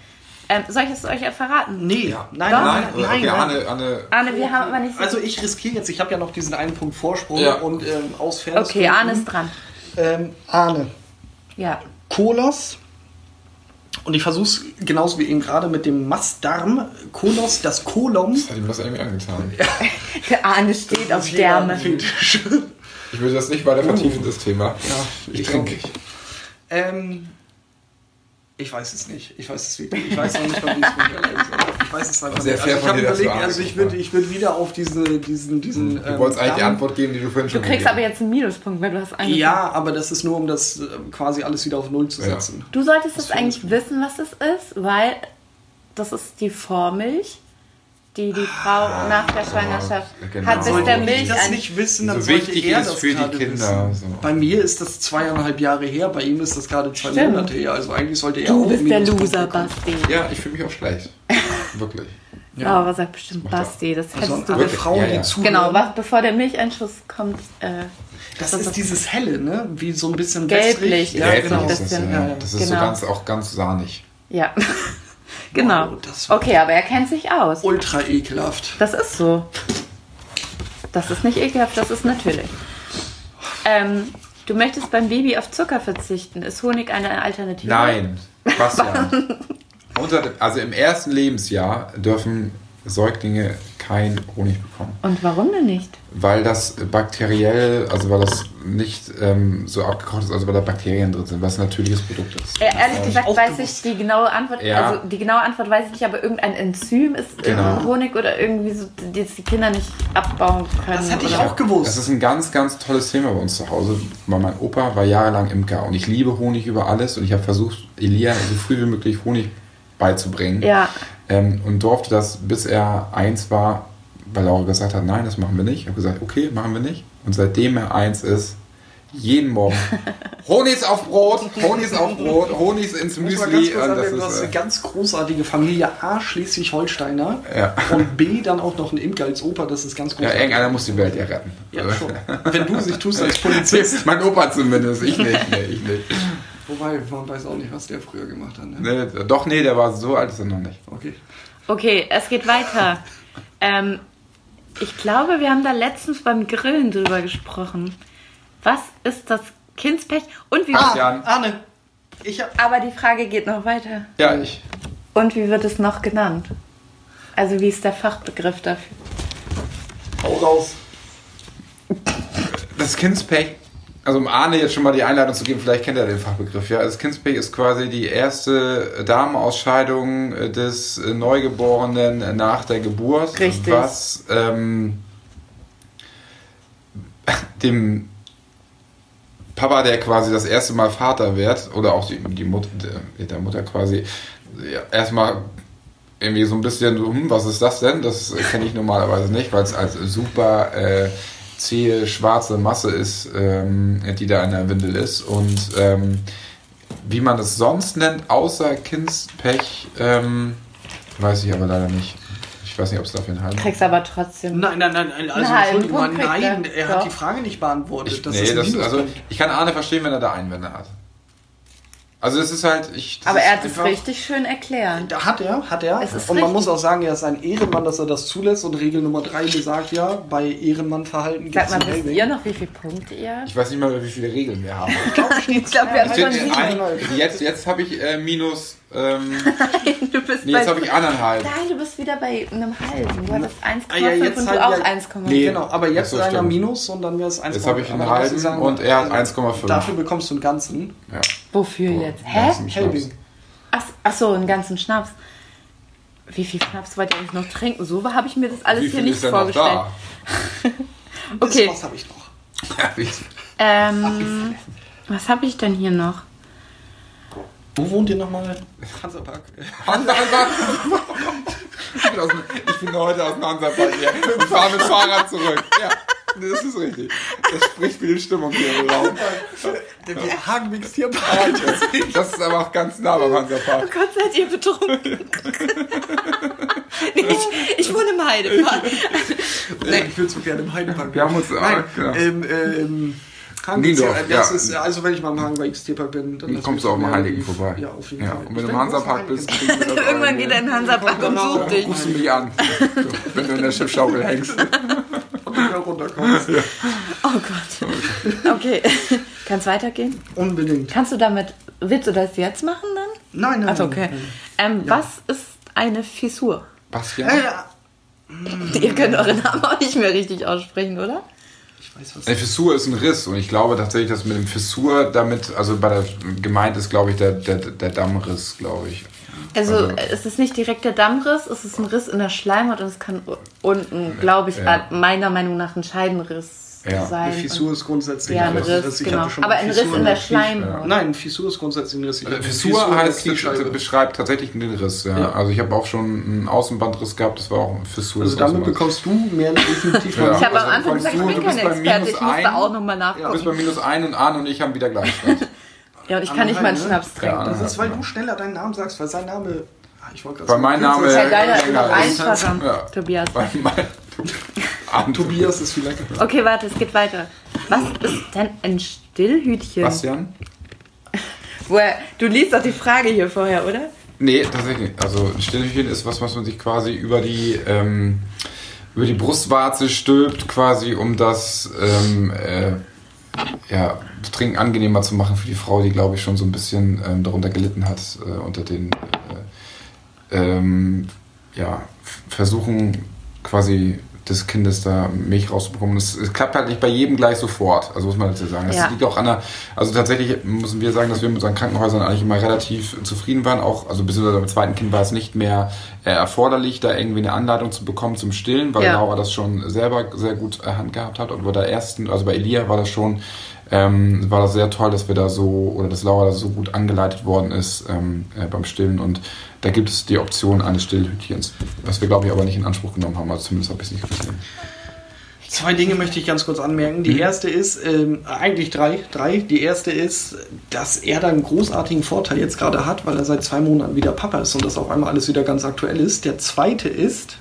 F: Ähm, soll ich es euch ja verraten?
E: Nee, nein,
D: Nein,
F: Doch.
E: nein,
D: okay,
E: nein, nein.
D: Anne, Anne.
F: Arne, wir haben aber nicht so.
E: Also ich riskiere jetzt, ich habe ja noch diesen einen Punkt Vorsprung
D: Ja.
E: und ähm, aus
F: okay,
E: Fairness-
F: Arne ist dran.
E: Ähm, Ahne.
F: Ja.
E: Kolos. Und ich versuche es genauso wie eben gerade mit dem Mastdarm. Kolos, das Kolom.
D: Hat ihm das irgendwie angetan.
F: Arne steht auf Därme.
E: Fetisch.
D: Ich will das nicht weiter
F: Uh.
D: vertiefen, das Thema.
E: Ja,
D: ich
E: ich
D: trinke.
E: auch nicht. Ähm, ich weiß es nicht. Ich weiß es wirklich. Ich weiß noch nicht, mal, wie es funktioniert. Ich weiß es einfach
D: Sehr
E: nicht.
D: fair
E: Also ich
D: von
E: habe
D: dir, dass du
E: überlegt, also ich würde
D: angeguckt
E: ich würd wieder auf diese, diesen, diesen. ähm,
D: Du wolltest eigentlich die
E: Darm-
D: Antwort geben, die du vorhin schon
F: Ähm, Du kriegst
D: gegeben
F: aber jetzt einen Minuspunkt, weil du hast angefangen.
E: Ja, aber das ist nur, um das äh, quasi alles wieder auf Null zu
D: Ja.
E: setzen.
F: Du solltest jetzt eigentlich wissen, was es ist, weil das ist die Vormilch, die die Frau
E: Ah.
F: nach der Schwangerschaft
D: genau.
F: hat, bis
D: Sollte
F: der
D: ich
E: Wenn ich
F: Milch
E: das
F: an-
E: nicht wissen,
D: So
E: dann sollte
D: wichtig
E: er
D: ist
E: das
D: für die
E: gerade
D: Kinder, also.
E: Wissen.
D: so.
E: Bei mir ist das zweieinhalb Jahre her, bei ihm ist das gerade zwei
F: Stimmt.
E: Monate her. Also eigentlich sollte er auch
F: Du bist der
E: Minuspunkte
F: Loser,
E: bekommen.
F: Basti.
D: Ja, ich fühle mich auch
F: *laughs*
D: schlecht. Wirklich.
F: Ja. Aber sag bestimmt
D: Das macht er.
F: Basti, das
E: Also
F: hättest
E: an
F: du
E: alle
F: gewusst.
E: Frauen,
D: Ja, ja.
E: die zuhören.
F: Genau, was, bevor der Milcheinschuss kommt, äh,
E: Das ist dieses helle, ne? Wie so ein bisschen wässrig.
F: Gelblich, Ja,
D: Gelblich
F: genau.
D: ist das,
F: Bisschen,
D: ja.
E: ja.
D: das ist so
F: Genau.
D: ganz, auch ganz sahnig.
F: ja. *laughs* genau.
E: Wow, das war-
F: okay, aber er kennt sich aus.
E: Ultra ekelhaft.
F: Das ist so. Das ist nicht ekelhaft, das ist natürlich. Ähm, du *laughs* möchtest beim Baby auf Zucker verzichten. Ist Honig eine Alternative?
D: Nein, Bastian. Unter, also im ersten Lebensjahr dürfen Säuglinge kein Honig bekommen.
F: Und warum denn nicht?
D: Weil das bakteriell, also weil das nicht ähm, so abgekocht ist, also weil da Bakterien drin sind, was ein natürliches Produkt ist.
F: Äh, ehrlich gesagt
E: auch
F: weiß ich
E: bewusst.
F: die genaue Antwort,
D: Ja.
F: also die genaue Antwort weiß ich nicht, aber irgendein Enzym ist
D: Genau.
F: in Honig oder irgendwie so, das die Kinder nicht abbauen können.
E: Das hätte ich
F: oder?
E: auch gewusst.
D: Das ist ein ganz, ganz tolles Thema bei uns zu Hause, weil mein Opa war jahrelang Imker und ich liebe Honig über alles und ich habe versucht, Elia so früh wie möglich Honig beizubringen.
F: Ja.
D: Ähm, und durfte das, bis er eins war, weil Laura gesagt hat, nein, das machen wir nicht. Ich habe gesagt, okay, machen wir nicht. Und seitdem er eins ist, jeden Morgen
E: *laughs*
D: Honigs auf Brot, Honigs auf Brot, Honigs ins
E: Muss man ganz
D: Müsli.
E: kurz
D: und
E: anmerken, du hast eine
D: äh,
E: ganz großartige Familie A, Schleswig-Holsteiner
D: Ja.
E: und B, dann auch noch ein Imker als Opa, das ist ganz
D: ja,
E: großartig.
D: irgendeiner muss die Welt ja retten.
E: Ja, schon. Wenn du sich tust als
D: *laughs*
E: Polizist,
D: mein Opa zumindest, ich nicht, nee, ich nicht.
E: wobei man weiß auch nicht, was der früher gemacht hat. Ne?
D: Nee, doch, nee, der war so alt, ist er noch nicht.
E: Okay.
F: Okay, es geht weiter. ähm, ich glaube, wir haben da letztens beim Grillen drüber gesprochen. Was ist das Kindspech? Und wie
D: Ah. Jan.
E: Arne, ich hab.
F: aber die Frage geht noch weiter.
D: Ja, ich.
F: Und wie wird es noch genannt? Also wie ist der Fachbegriff dafür?
E: Hau raus.
D: Das Kindspech, also um Arne jetzt schon mal die Einladung zu geben, vielleicht kennt er den Fachbegriff, ja. Das Kindspech ist quasi die erste Damenausscheidung äh, des äh, Neugeborenen nach der Geburt.
F: Richtig.
D: Was ähm, dem Papa, der quasi das erste Mal Vater wird, oder auch die, die Mutter, der, der Mutter quasi, ja, erstmal irgendwie so ein bisschen so, hm, was ist das denn? Das äh, kenne ich normalerweise nicht, weil es als super äh, zähe, schwarze Masse ist, ähm, die da in der Windel ist. Und ähm, wie man es sonst nennt, außer Kindspech, ähm, weiß ich aber leider nicht. Ich weiß nicht, ob es dafür einen Halt halben
F: Kriegst aber trotzdem.
E: Nein, nein, nein, nein, also
F: Nein,
E: Entschuldigung, mal,
F: Punkt kriegt er.
E: nein, er hat
F: Doch.
E: die Frage nicht beantwortet.
D: Ich,
E: das
D: nee,
E: ist ein
D: das,
E: Minuspunkt.
D: also, ich kann Arne verstehen, wenn er da Einwände hat. Also das ist halt... Ich, das
F: Aber
D: ist
F: er hat es
D: einfach-
F: richtig schön erklärt.
E: Da hat er, hat er.
F: Es ist
E: und man
F: richtig.
E: muss auch sagen, er ist ein Ehrenmann, dass er das zulässt. Und Regel Nummer 3 besagt ja, bei Ehrenmannverhalten gibt
F: Sag
E: es
F: mal, wisst ihr noch, wie viele Punkte ihr habt?
D: Ich weiß nicht mal, wie viele Regeln wir haben. *laughs*
F: Ich glaube, wir haben
D: Steht mir
F: schon
D: ein, also jetzt jetzt habe ich äh, minus... Ähm,
F: sieben. Du
D: *laughs*
F: bist
D: nee, jetzt
F: bei-
D: habe ich anderthalb. *laughs*
F: Nein, du bist wieder bei einem halben. Du hattest 1,5
E: Ah, ja, jetzt
F: und du
E: halt
F: auch
E: ja-
F: 1,5.
D: Nee.
E: Genau, aber jetzt
D: Ach so,
E: ist einer
D: stimmt.
E: Minus und dann wäre es 1,5.
D: Jetzt habe ich einen
E: Aber das
D: halben
E: ist sagen-
D: und er hat 1,5.
E: Dafür bekommst du einen ganzen.
D: Ja.
F: Wofür
D: Oh,
F: jetzt? Hä?
D: ganzen Schnaps.
E: Helbing.
F: Ach, ach so, einen ganzen Schnaps. Wie viel Schnaps wollt ihr eigentlich noch trinken? So habe ich mir das alles
D: Wie
F: hier
D: viel
F: nicht
D: ist denn noch
F: vorgestellt. *laughs*
D: da?
F: Okay.
E: Was habe ich noch?
F: Ähm, was habe ich denn hier noch?
E: Wo wohnt ihr nochmal? Hansapark.
D: Hansapark. Ich bin aus dem- ich bin heute aus dem Hansapark hier und fahre mit Fahrrad zurück. Ja, das ist richtig. Das spricht für die Stimmung hier im Raum.
E: Der Hagenmix Tierpark.
D: Das ist aber auch ganz nah beim Hansapark.
F: Oh Gott seid ihr betrunken. nee, ich, ich wohne im Heidepark.
E: Nee, ich würde so gerne im Heidepark.
D: Wir haben uns-
E: Nein,
D: ah, ja.
E: ähm, ähm, Hagenmix
D: Niendorf,
E: Tierpark. Das
D: ja.
E: ist, also wenn ich mal im Hagenmix Tierpark bin, dann
D: Dann
E: ist
D: kommst du
E: das
D: auch mal
E: mehr
D: Heiligen
E: die-
D: vorbei.
E: Ja, auf jeden
D: ja.
E: Fall.
D: Und wenn
E: Ich
D: du
E: bin
D: im Hansapark
E: großer
D: bist, kriegst du das
F: Irgendwann
D: irgendwie.
F: geht er in den Hansapark und
E: Genau.
F: sucht dich.
D: Rufst du mich
E: *laughs*
D: an, wenn du in der Schiffschaukel hängst.
E: Ob du
D: *laughs*
E: wieder runterkommst.
F: Oh Gott. Okay. *laughs* Kann's weitergehen?
E: Unbedingt.
F: Kannst du damit. Willst du das jetzt machen dann?
E: Nein, nein.
F: Also
E: nein,
F: okay.
E: nein.
F: Ähm, Was ist eine Fissur?
E: Äh,
D: Bastian?
E: ja.
F: Ihr könnt euren Namen auch nicht mehr richtig aussprechen, oder?
E: Ich weiß was.
D: Eine Fissur ist ein Riss und ich glaube tatsächlich, dass mit dem Fissur damit, also bei der gemeint ist, glaube ich, der, der, der Dammriss, glaube ich.
F: Also,
D: Also-
F: es ist nicht direkt der Dammriss, es ist ein Riss in der Schleimhaut und es kann u- unten, glaube ich,
D: Ja.
F: äh, meiner Meinung nach ein Scheidenriss
D: Ja.
F: sein.
E: Eine Fissur ist grundsätzlich
F: ja, ein
E: Riss.
F: Riss,
E: Ich
F: genau.
E: hatte schon
F: Aber
E: mal
F: ein Riss
E: Fissuren.
F: in der Schleimhaut.
E: Nein, eine Fissur ist grundsätzlich ein Riss. Ich hatte eine
D: Fissur
E: in der
D: heißt,
E: Kniescheibe.
D: beschreibt tatsächlich einen Riss. Ja.
E: Ja.
D: Also ich habe auch schon einen Außenbandriss gehabt, das war auch eine Fissur.
E: Also
D: des
E: damit
D: Außenbandes.
E: bekommst du mehr definitiv
D: Ja.
F: Ich habe
D: Also,
F: am Anfang
D: kommst
F: gesagt, ich
D: du,
F: bin
D: du
F: kein
D: bist bei
F: Experte,
D: minus
F: ich musste
D: ein.
F: auch nochmal
D: Du bist
F: nachgucken.
D: bei minus 1 und Arne und ich haben wieder
E: *laughs*
D: Gleichstand.
F: Ja, und ich kann nicht mal einen
E: Nein, ne?
F: Schnaps
D: Ja.
F: trinken.
E: Das ist, weil du schneller deinen Namen sagst, weil sein Name. Ah, Ich wollte gerade
D: Weil
E: sagen,
D: mein Name-
E: Prinz halt
F: Ja,
D: Ja,
F: deiner ist halt
D: genau.
F: noch einfacher,
D: Ja.
F: Tobias.
D: Weil mein- Arne,
E: Tobias ist vielleicht.
F: Okay, warte, es geht weiter. Was ist denn ein Stillhütchen?
D: Bastian?
F: Woher, du liest doch die Frage hier vorher, oder?
D: Nee, tatsächlich. nicht. Also ein Stillhütchen ist was, was man sich quasi über die ähm, über die Brustwarze stülpt, quasi um das ähm, äh, ja, das Trinken angenehmer zu machen für die Frau, die glaube ich schon so ein bisschen ähm, darunter gelitten hat äh, unter den äh, ähm, ja, f- versuchen quasi des Kindes da Milch rauszubekommen. Es, es klappt halt nicht bei jedem gleich sofort, also muss man dazu sagen. Das
F: Ja.
D: liegt auch an der, also tatsächlich müssen wir sagen, dass wir mit unseren Krankenhäusern eigentlich immer relativ zufrieden waren, auch, also beziehungsweise beim zweiten Kind war es nicht mehr äh, erforderlich, da irgendwie eine Anleitung zu bekommen zum Stillen, weil
F: Ja.
D: Laura das schon selber sehr gut äh, handgehabt hat und bei der ersten, also bei Elia war das schon, ähm, war das sehr toll, dass wir da so, oder dass Laura da so gut angeleitet worden ist ähm, äh, beim Stillen und da gibt es die Option eines Stillhütchens, was wir glaube ich aber nicht in Anspruch genommen haben, also zumindest habe ich es nicht gesehen.
E: Zwei Dinge möchte ich ganz kurz anmerken.
D: Mhm.
E: Die erste ist, ähm, eigentlich drei, drei. Die erste ist, dass er da einen großartigen Vorteil jetzt gerade hat, weil er seit zwei Monaten wieder Papa ist und das auf einmal alles wieder ganz aktuell ist. Der zweite ist,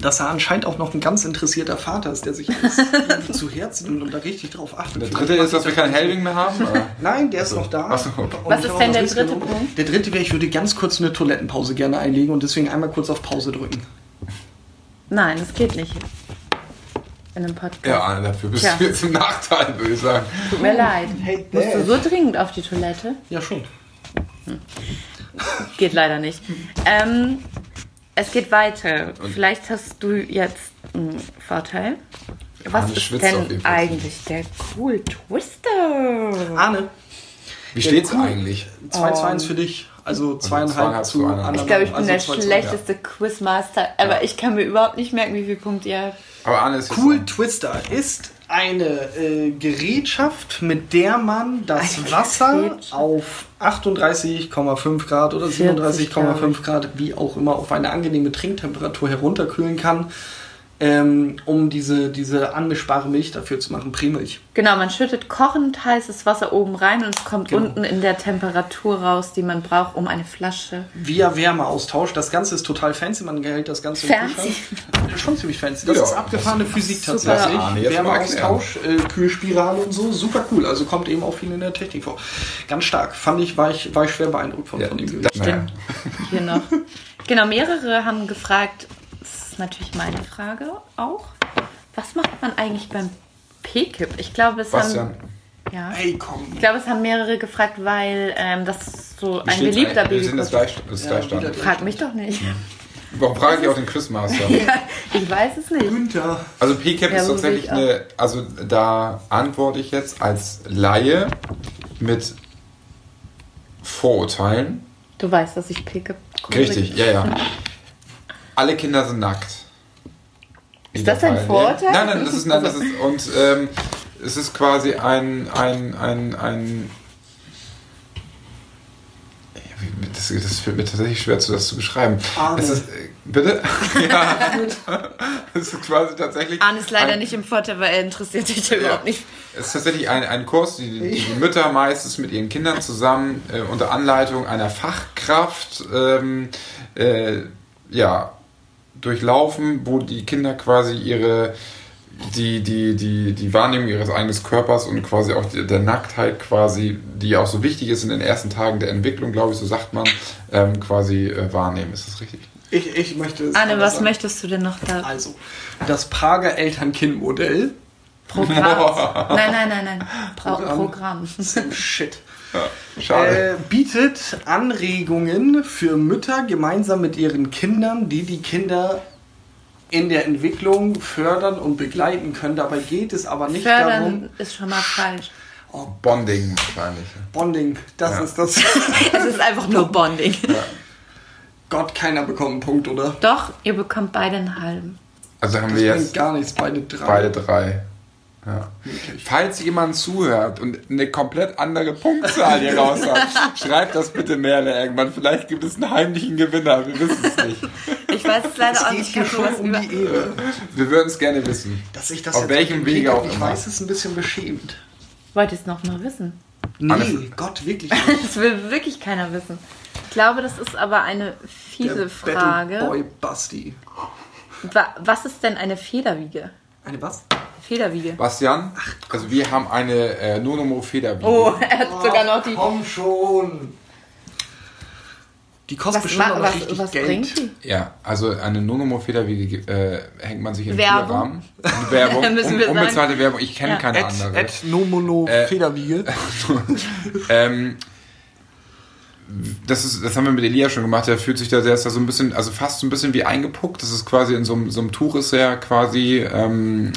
E: dass er anscheinend auch noch ein ganz interessierter Vater ist, der
F: *laughs*
E: sich alles zu Herzen nimmt und da richtig drauf achtet.
D: Der dritte ist, dass wir keinen Helving mehr haben. oder?
E: Nein, der ist noch da.
D: Ach so.
E: Und
F: Was
E: ich habe
F: ist denn
E: noch
F: der
E: nichts
F: dritte
E: genommen.
F: Punkt?
E: Der dritte wäre, ich würde ganz kurz eine Toilettenpause gerne einlegen und deswegen einmal kurz auf Pause drücken.
F: Nein, das geht nicht. In einem Podcast.
D: Ja, Anne, dafür bist
F: Tja.
D: du jetzt im Nachteil, würde ich sagen.
F: Tut mir leid.
E: Hey,
F: Musst du
E: Dad.
F: so dringend auf die Toilette?
E: Ja, schon.
F: Geht leider nicht. Ähm, es geht weiter. Vielleicht hast du jetzt einen Vorteil. Was
D: Arne
F: ist
D: schwitzt auf jeden
F: denn
D: Fall.
F: eigentlich der Cool Twister?
E: Arne,
D: Wie steht's eigentlich?
E: 2 zu 1 für dich. Also
D: zweieinhalb
E: zweieinhalb
D: zu
E: zu
D: einer.
E: anderthalb.
F: Ähm. Ich glaube, ich bin
E: Also
F: der
E: zwei zu
F: schlechteste Quizmaster, aber ich kann mir überhaupt nicht merken, wie viele Punkte ihr habt.
D: Aber Anne ist jetzt
E: Cool Twister ist eine äh, Gerätschaft, mit der man das Wasser
F: Gerätschaft.
E: auf 38,5 Grad oder 37,5 Grad, wie auch immer, auf eine angenehme Trinktemperatur herunterkühlen kann, ähm, um diese, diese anmischbare Milch dafür zu machen, Primilch.
F: Genau, man schüttet kochend heißes Wasser oben rein und es kommt
E: Genau.
F: unten in der Temperatur raus, die man braucht, um eine Flasche.
E: Via Wärmeaustausch. Das Ganze ist total fancy, man hält das Ganze im
F: Fancy.
E: Kühlschrank. Äh, Schon ziemlich fancy. Das
D: Ja,
E: ist abgefahrene Physik
F: super.
E: tatsächlich.
D: Arne, jetzt mal
E: Wärmeaustausch, äh, Kühlspirale und so, super cool. Also kommt eben auch viel in der Technik vor. Ganz stark. Fand ich, war ich, war ich schwer beeindruckt von,
D: Ja,
E: von dem Gerät.
D: das- naja.
F: Hier *laughs* noch. genau, mehrere haben gefragt, das ist natürlich meine Frage auch, was macht man eigentlich beim P-Kip? Ich glaube, es
D: Bastian,
F: haben... Ja.
E: Hey, komm.
F: Ich glaube, es haben mehrere gefragt, weil ähm, das so
D: wie
F: ein
D: steht's
F: beliebter
D: eigentlich? Wir sind
F: Baby
D: das gleich, das ist
E: Ja,
D: gleich
E: wieder-
F: Frag mich doch nicht. *laughs*
D: Warum frage ich auch den Quizmaster?
F: Ich weiß es nicht.
E: Günther.
D: Also PCAP
F: *laughs* Ja,
D: ist
F: so
D: tatsächlich
F: sehe ich
D: eine, also da antworte ich jetzt als Laie mit Vorurteilen.
F: Du weißt, dass ich Picke
D: Richtig, ja, ja. Alle Kinder sind nackt.
F: Ist das ein Vorurteil?
D: Nein, nein, das ist, nein, das ist
F: *laughs*
D: und ähm, es ist quasi ein, ein, ein, ein Ja, wie- das, das fällt mir tatsächlich schwer, zu das zu beschreiben.
E: Arme.
D: Es ist, äh,
F: *laughs*
D: bitte? ja. *laughs* Es ist quasi tatsächlich.
F: Arne ist leider
D: ein,
F: nicht im Vorteil, weil er interessiert sich da überhaupt nicht.
D: es ist tatsächlich ein, ein Kurs, die, die, die Mütter meistens mit ihren Kindern zusammen äh, unter Anleitung einer Fachkraft ähm, äh, ja, durchlaufen, wo die Kinder quasi ihre die, die, die, die Wahrnehmung ihres eigenen Körpers und quasi auch die, der Nacktheit quasi, die auch so wichtig ist in den ersten Tagen der Entwicklung, glaube ich, so sagt man, ähm, quasi äh, wahrnehmen. Ist das richtig?
E: Ich, ich möchte es.
F: Arne,
E: anders
F: was
E: sagen.
F: möchtest du denn noch da?
E: Also, das Prager Eltern-Kind-Modell.
F: Programm?
D: *laughs*
F: Nein, nein, nein, nein. Pro
E: Programm.
F: Programm.
E: *laughs* Shit.
D: Schade.
E: Äh, bietet Anregungen für Mütter gemeinsam mit ihren Kindern, die die Kinder in der Entwicklung fördern und begleiten können. Dabei geht es aber nicht darum,
F: Fördern ist schon mal falsch.
D: Bonding wahrscheinlich.
E: Bonding, das
D: Ja.
E: ist das. *laughs*
F: Es ist einfach nur Bonding.
E: Gott, keiner bekommt einen Punkt, oder?
F: Doch, ihr bekommt beide einen halben.
D: Also haben
E: Das
D: wir
E: bringt
D: jetzt
E: gar nichts, beide drei.
D: Beide drei. Ja. Falls jemand zuhört und eine komplett andere Punktzahl hier raus hat, schreibt das bitte Merle irgendwann. Vielleicht gibt es einen heimlichen Gewinner. Wir wissen es nicht.
F: Ich weiß es leider
E: Es
F: auch
E: geht
F: nicht. Ich
E: hier
F: kann
E: schon
F: sowas
E: um
F: über.
E: die Ehre.
D: Wir würden es gerne wissen.
E: Dass ich das
D: Auf
E: jetzt
D: welchem
E: dem
D: Wege
E: Weg
D: auch
E: hab, Ich
D: immer.
E: weiß, ist ein bisschen beschämend.
F: Wollt ihr es nochmal wissen? *laughs*
E: Nee,
D: Alles-
E: Gott, wirklich nicht.
F: Das will wirklich keiner wissen. Ich glaube, das ist aber eine fiese
E: Der
F: Frage.
E: Battleboy Basti.
F: Wa- Was ist denn eine Federwiege?
E: Eine was?
F: Federwiege.
D: Bastian, also wir haben eine äh, Nonomo Federwiege.
F: Oh, *laughs* er hat sogar noch die.
E: Komm schon. Die kostet
F: Was,
E: bestimmt auch
F: ma-
E: noch
F: was,
E: richtig
F: was
E: Geld.
F: bringt die?
D: Ja, also eine Nonomo Federwiege äh, hängt man sich in den
F: Werbung.
D: Türrahmen. Und Werbung.
F: Müssen
D: Un-
F: wir sagen.
D: unbezahlte Werbung. Ich kenne
F: Ja.
D: keine
E: Ed,
D: andere. *laughs*
E: Ed Nomono
D: Äh,
E: Federwiege.
D: ähm, das, ist, das haben wir mit Elia schon gemacht, der fühlt sich da, der ist da so ein bisschen, also fast so ein bisschen wie eingepuckt. Das ist quasi in so, einem- so einem Tuch ist er quasi ähm,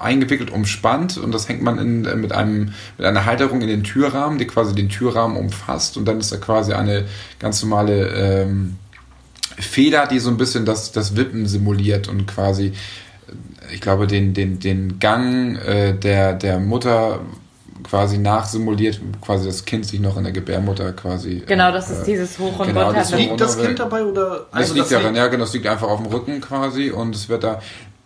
D: eingewickelt, umspannt und das hängt man in, äh, mit, einem, mit einer Halterung in den Türrahmen, die quasi den Türrahmen umfasst und dann ist da quasi eine ganz normale ähm, Feder, die so ein bisschen das, das Wippen simuliert und quasi, äh, ich glaube, den, den, den Gang äh, der, der Mutter quasi nachsimuliert, quasi das Kind sich noch in der Gebärmutter quasi.
A: Genau,
D: äh,
A: das ist
D: äh,
A: dieses Hoch und
D: genau,
A: Runter.
D: das
E: Liegt das
D: Runter-
E: Kind dabei oder?
D: das
E: also
D: liegt daran, ja, genau, das liegt einfach auf dem Rücken quasi und es wird da.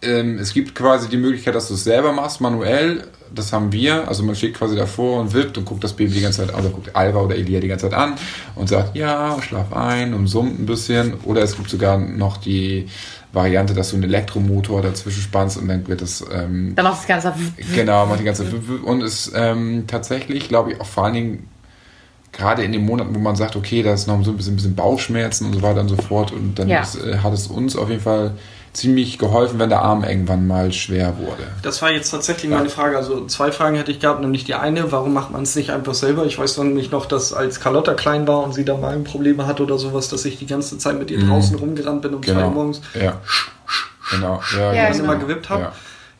D: Ähm, es gibt quasi die Möglichkeit, dass du es selber machst, manuell. Das haben wir. Also man steht quasi davor und wippt und guckt das Baby die ganze Zeit an. Also guckt Alva oder Elia die ganze Zeit an und sagt, ja, schlaf ein und summt ein bisschen. Oder es gibt sogar noch die Variante, dass du einen Elektromotor dazwischen spannst und dann wird das ähm,
A: Dann macht das Ganze.
D: Genau, macht die ganze und ist ähm, tatsächlich, glaube ich, auch vor allen Dingen gerade in den Monaten, wo man sagt, okay, da ist noch so ein bisschen, bisschen Bauchschmerzen und so weiter und so fort. Und dann
A: Ja.
D: ist, äh, hat es uns auf jeden Fall ziemlich geholfen, wenn der Arm irgendwann mal schwer wurde.
E: Das war jetzt tatsächlich meine Frage. Also zwei Fragen hätte ich gehabt, nämlich die eine, warum macht man es nicht einfach selber? Ich weiß noch nicht noch, dass als Carlotta klein war und sie da Magenprobleme hatte oder sowas, dass ich die ganze Zeit mit ihr draußen rumgerannt bin um zwei
D: Mhm. Genau.
E: Uhr morgens
D: Ja. Genau. Ja,
A: Ja,
E: und
D: genau.
E: immer gewippt habe.
D: Ja.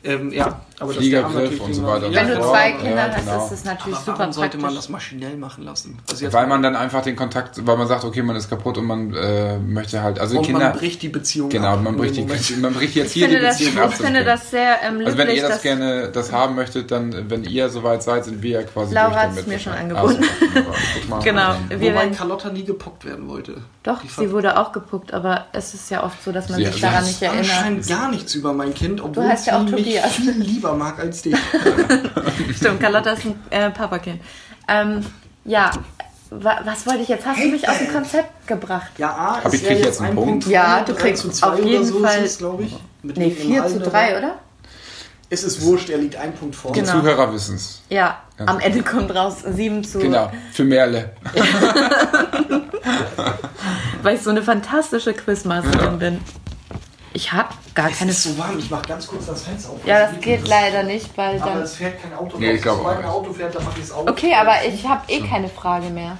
E: Ähm, ja, aber dass der Arm
D: Fliegergriff
E: natürlich
D: und so
E: irgendwann-
D: weiter. und
A: Wenn
D: so
A: du
D: fort.
A: zwei Kinder hast,
D: genau.
A: ist das natürlich
E: Aber
A: super
E: warum sollte man das
A: praktisch.
E: maschinell machen lassen? Also jetzt
D: Weil man dann einfach den Kontakt, weil man sagt, okay, man ist kaputt und man äh, möchte halt, also
E: und
D: Kinder,
E: man bricht die Beziehung
D: genau,
E: ab
D: man
E: in
D: bricht,
E: dem Moment.
D: die, *laughs* man bricht jetzt
A: Ich
D: hier die
A: finde das, ich
D: Beziehung ab. zum
A: finde
D: Kind.
A: das sehr ähm,
D: Also wenn
A: löblich,
D: ihr das
A: dass
D: gerne das haben möchtet, dann, äh, wenn ihr soweit seid, sind wir ja quasi
A: Laura
D: durch
A: hat's
D: damit.
A: mir schon angeboten.
D: Ah, super, Laura, guck mal.
A: *laughs* Genau. Wir
E: Wobei
A: werden,
E: Carlotta nie gepockt werden wollte.
A: doch,
E: Die
A: sie wurde auch gepuckt, aber es ist ja oft so, dass man
D: Sie-
A: sich
D: sie
A: daran
D: hat-
A: nicht *laughs*
E: Ich
A: erinnert.
E: anscheinend gar nichts über mein Kind, obwohl
A: heißt ja auch
E: sie mich
A: Tobias.
E: viel lieber mag als dich.
F: Stimmt,
A: Carlotta ist ein äh, Papakind. Ähm, ja, wa was wollte ich jetzt? Hast du mich aus dem
F: äh,
A: Konzept gebracht?
E: Ja, A,
D: Hab
E: es
D: ich-
E: wäre
D: krieg ich jetzt einen Punkt?
E: drei,
A: Ja, du
E: drei
A: kriegst
E: zu zwei
A: auf jeden
E: oder so
A: Fall-
E: Ist es, glaube ich, mit
A: Nee,
E: irgendeinem
A: 4 zu
E: Alter.
A: 3, oder?
E: Es ist wurscht, er liegt ein Punkt vorne.
D: Die
A: Genau.
D: Zuhörer wissen es.
A: Ja,
D: Ja.
A: am Ende kommt raus 7 zu.
D: Genau, für Merle.
F: weil ich so eine fantastische Quizmasterin bin.
A: Ich habe gar
E: Es
A: keine.
E: ist so warm, ich mach ganz kurz das Fenster auf.
A: Ja, das geht leider nicht, weil
E: Aber
A: dann.
E: es fährt kein Auto
D: Nee,
E: raus.
D: ich glaub
E: Sobald
D: auch
E: ein
D: nicht.
E: Auto fährt, dann mach ich es auf.
A: Okay, aber ich habe eh keine Frage mehr.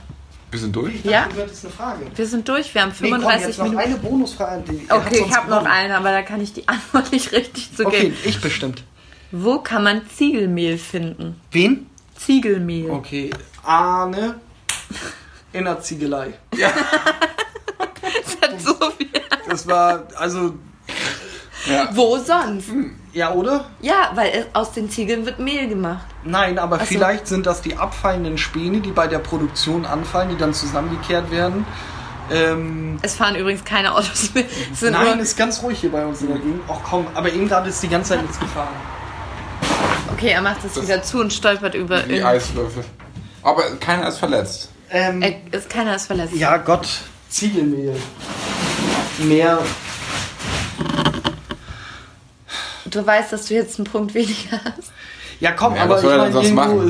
D: Wir sind durch.
E: Ich dachte,
F: Ja?
E: Du hättest eine Frage.
F: Wir sind durch, wir haben
E: Nee, komm,
F: 35
E: jetzt noch
F: Minuten.
E: eine Bonusfrage. die- er hat
F: Okay, ich
E: sonst
F: habe noch
E: gewonnen.
F: eine, aber da kann ich die *laughs* Antwort nicht richtig zu
E: Okay,
F: geben.
E: ich bestimmt.
F: Wo kann man Ziegelmehl finden?
E: Wen?
F: Ziegelmehl.
E: Okay, Arne in der Ziegelei.
F: Das hat so viel.
E: Das war, also,
F: Wo sonst?
E: ja, oder?
F: Ja, weil es- aus den Ziegeln wird Mehl gemacht.
E: Nein, aber
F: so.
E: vielleicht sind das die abfallenden Späne, die bei der Produktion anfallen, die dann zusammengekehrt werden. Ähm,
F: Es fahren übrigens keine Autos mehr. Es sind
E: nein,
F: nur,
E: ist ganz ruhig hier bei uns in der Gegend. Ach komm, aber eben gerade ist die ganze Zeit nichts gefahren.
F: okay, er macht es wieder zu und stolpert über.
D: Die Eiswürfel. Aber keiner ist verletzt.
E: Ähm,
F: Er, ist, keiner ist verletzt.
E: ja, Gott, Ziegelmehl. Mehr.
F: Du weißt, dass du jetzt einen Punkt weniger hast.
E: Ja, komm,
D: Ja,
E: aber
D: was
E: ich
D: soll er
E: meine,
D: denn sonst
E: irgendwo
D: machen?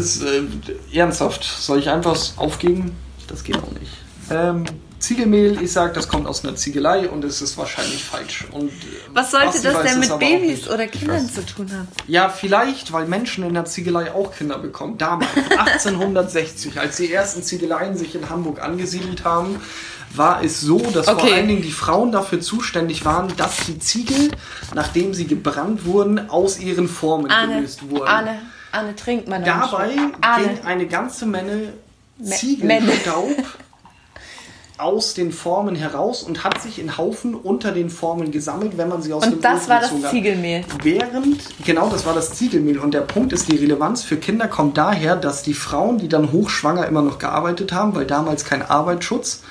E: ist äh, ernsthaft. Soll ich einfach aufgeben? Das geht auch nicht. Ähm, Ziegelmehl, ich sag, das kommt aus einer Ziegelei und es ist wahrscheinlich falsch. Und, äh,
F: Was sollte
E: Basti
F: das
E: weiß
F: denn
E: es
F: mit
E: aber auch
F: Babys
E: nicht.
F: oder Kindern zu tun haben?
E: Ja, vielleicht, weil Menschen in der Ziegelei auch Kinder bekommen.
F: *laughs*
E: Damals, 1860, als die ersten Ziegeleien sich in Hamburg angesiedelt haben, war es so, dass vor
F: Okay.
E: allen Dingen die Frauen dafür zuständig waren, dass die Ziegel, nachdem sie gebrannt wurden, aus ihren Formen
F: Arne,
E: gelöst wurden.
F: Arne, Arne, trink mal noch
E: Dabei
F: einen Schluck. Arne,
E: ging eine ganze Menge
F: Ah, ne. Männer.
E: Ziegelstaub aus den Formen heraus und hat sich in Haufen unter den Formen gesammelt, wenn man sie aus dem
F: Und das
E: Ofen
F: war das
E: gezogen hat.
F: Ziegelmehl.
E: Während, genau, das war das Ziegelmehl. Und der Punkt ist, die Relevanz für Kinder kommt daher, dass die Frauen, die dann hochschwanger immer noch gearbeitet haben, weil damals kein Arbeitsschutz,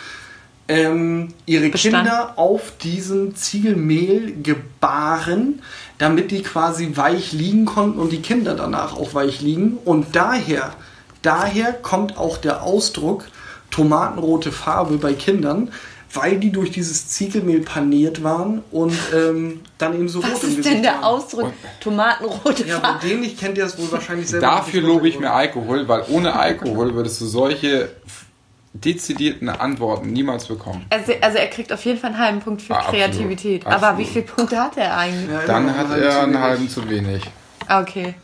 E: ähm, ihre
F: Bestand.
E: Kinder auf diesem Ziegelmehl gebaren, damit die quasi weich liegen konnten und die Kinder danach auch weich liegen. Und daher, daher kommt auch der Ausdruck tomatenrote Farbe bei Kindern, weil die durch dieses Ziegelmehl paniert waren und ähm, dann eben so
F: Was
E: rot im
F: ist
E: Gesicht
F: denn der
E: waren.
F: Ausdruck? Tomatenrote
E: Ja,
F: Farbe.
E: bei denen ich kennt ihr das wohl wahrscheinlich selber.
D: Dafür
E: nicht.
D: lobe ich mir Alkohol, weil ohne Alkohol würdest du solche dezidierten Antworten niemals bekommen.
F: Also, also er kriegt auf jeden Fall einen halben Punkt für
D: Ah, absolut.
F: Kreativität.
D: Absolut.
F: Aber wie viele Punkte hat er eigentlich?
E: Ja,
D: Dann
E: immer
D: hat
E: noch ein
D: er einen
E: Ziegelmehl.
D: halben zu wenig.
F: Ah, Okay.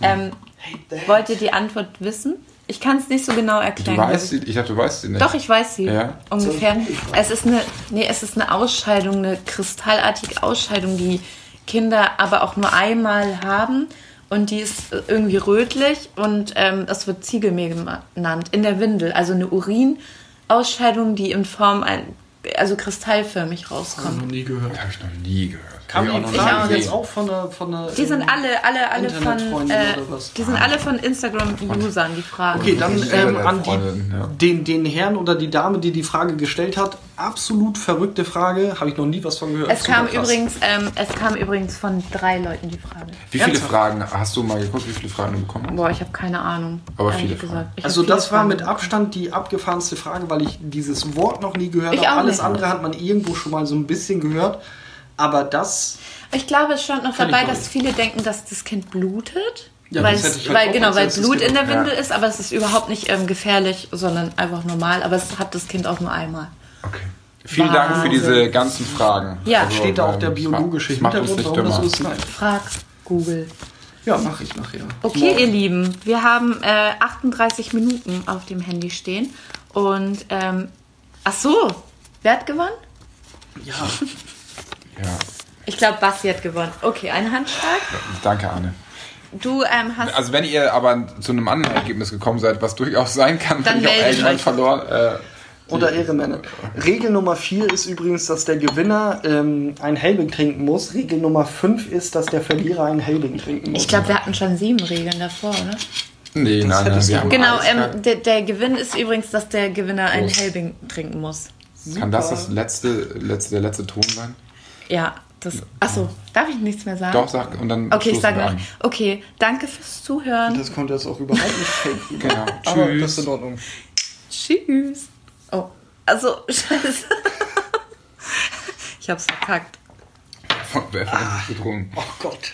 F: Ähm, wollt ihr die Antwort wissen? Ich kann es nicht so genau
D: Du
F: erklären.
D: weißt sie, ich dachte, du weißt sie nicht.
F: Doch, ich weiß sie.
D: Ja.
F: Ungefähr. Es ist, eine, nee, es ist eine Ausscheidung, eine kristallartige Ausscheidung, die Kinder aber auch nur einmal haben. Und die ist äh, irgendwie rötlich und ähm, es wird Ziegelmehl genannt, in der Windel. Also eine Urinausscheidung, die in Form, ein, also kristallförmig rauskommt.
E: Noch nie gehört.
D: Habe ich noch nie gehört.
E: Kam
D: Hab
E: die
D: ich auch noch
E: Frage
D: nie
E: jetzt
D: gesehen.
E: auch von der, von der
F: Die sind
E: ähm,
F: alle, alle, alle von,
E: Internetfreundin
F: äh,
E: oder was?
F: die sind alle von Instagram-Usern, die Fragen.
E: Okay, dann
D: Ich bin
E: ähm,
D: der
E: an
D: Freundin,
E: die,
D: ja.
E: den, den Herrn oder die Dame, die die Frage gestellt hat. Absolut verrückte Frage, habe ich noch nie was von gehört.
F: Es kam,
E: Super krass.
F: übrigens, ähm, es kam übrigens von drei Leuten die Frage.
D: Wie viele
E: Ernsthaft?
D: Fragen hast du mal geguckt, wie viele Fragen du bekommen hast?
F: Boah, ich habe keine Ahnung.
D: Aber
F: ehrlich
D: viele Fragen.
F: Ich hab
E: Also
F: viele
E: das war
F: Fragen.
E: mit Abstand die abgefahrenste Frage, weil ich dieses Wort noch nie gehört
F: Ich
E: habe.
F: auch
E: Alles
F: nicht.
E: andere hat man irgendwo schon mal so ein bisschen gehört. Aber das,
F: Ich glaube, es stand noch
E: Kann ich
F: dabei,
E: noch
F: dass viele denken, dass das Kind blutet.
E: Ja,
F: weil
E: das hätte
F: es,
E: ich halt
F: weil,
E: auch
F: genau,
E: als
F: weil
E: erstes
F: Blut in der
D: gedacht.
F: Windel ist, aber es ist überhaupt nicht ähm, gefährlich, sondern einfach normal. Aber es hat das Kind auch nur einmal.
D: Okay. Vielen Dank für diese ganzen Fragen.
F: Ja.
E: steht da auch
D: ähm,
E: der
D: es ma-
E: biologische
D: es macht uns
E: Hintergrund, warum
D: nicht
E: das so
D: dümmer.
E: ist. Nein.
F: Frag Google.
E: Ja, mache ich nachher.
F: Okay, ihr Lieben, wir haben äh, 38 Minuten auf dem Handy stehen. Und, ähm, ach so, wer hat gewonnen?
E: Ja,
D: Ja.
F: Ich glaube, Basti hat gewonnen. Okay, ein Handschlag.
D: Danke, Anne.
F: Du ähm, hast
D: Also wenn ihr aber zu einem anderen Ergebnis gekommen seid, was durchaus sein kann,
F: Dann
D: weil ich auch
F: meldet
D: irgendwann
F: euch.
D: verloren. Äh,
E: Oder Ehrenmänner. Regel Nummer 4 ist übrigens, dass der Gewinner ähm, ein Helbing trinken muss. Regel Nummer 5 ist, dass der Verlierer ein Helbing trinken muss.
F: Ich glaube, wir hatten schon sieben Regeln davor, oder?
D: nee, nein, nein,
E: hättest
D: wir
E: du
D: haben
F: Genau,
D: alles
F: ähm,
D: gesagt.
F: der, der Gewinn ist übrigens, dass der Gewinner einen
D: Prost.
F: Helbing trinken muss.
D: Kann das das letzte, letzte, der letzte Ton sein?
F: Ja, das. Achso, darf ich nichts mehr sagen?
D: Doch, sag und dann
F: Okay, ich
D: stoßen
F: sage
D: wir
F: noch.
D: an.
F: Okay, danke fürs Zuhören.
E: Das kommt jetzt auch *laughs* überhaupt nicht fake rüber.
D: Genau.
E: Aber
D: Tschüss.
E: das ist in Ordnung.
F: Tschüss. Oh, also, *laughs* scheiße. ich hab's verkackt.
E: Ah.
D: Von, *laughs* wer von uns ist betrunken?
E: Oh Gott.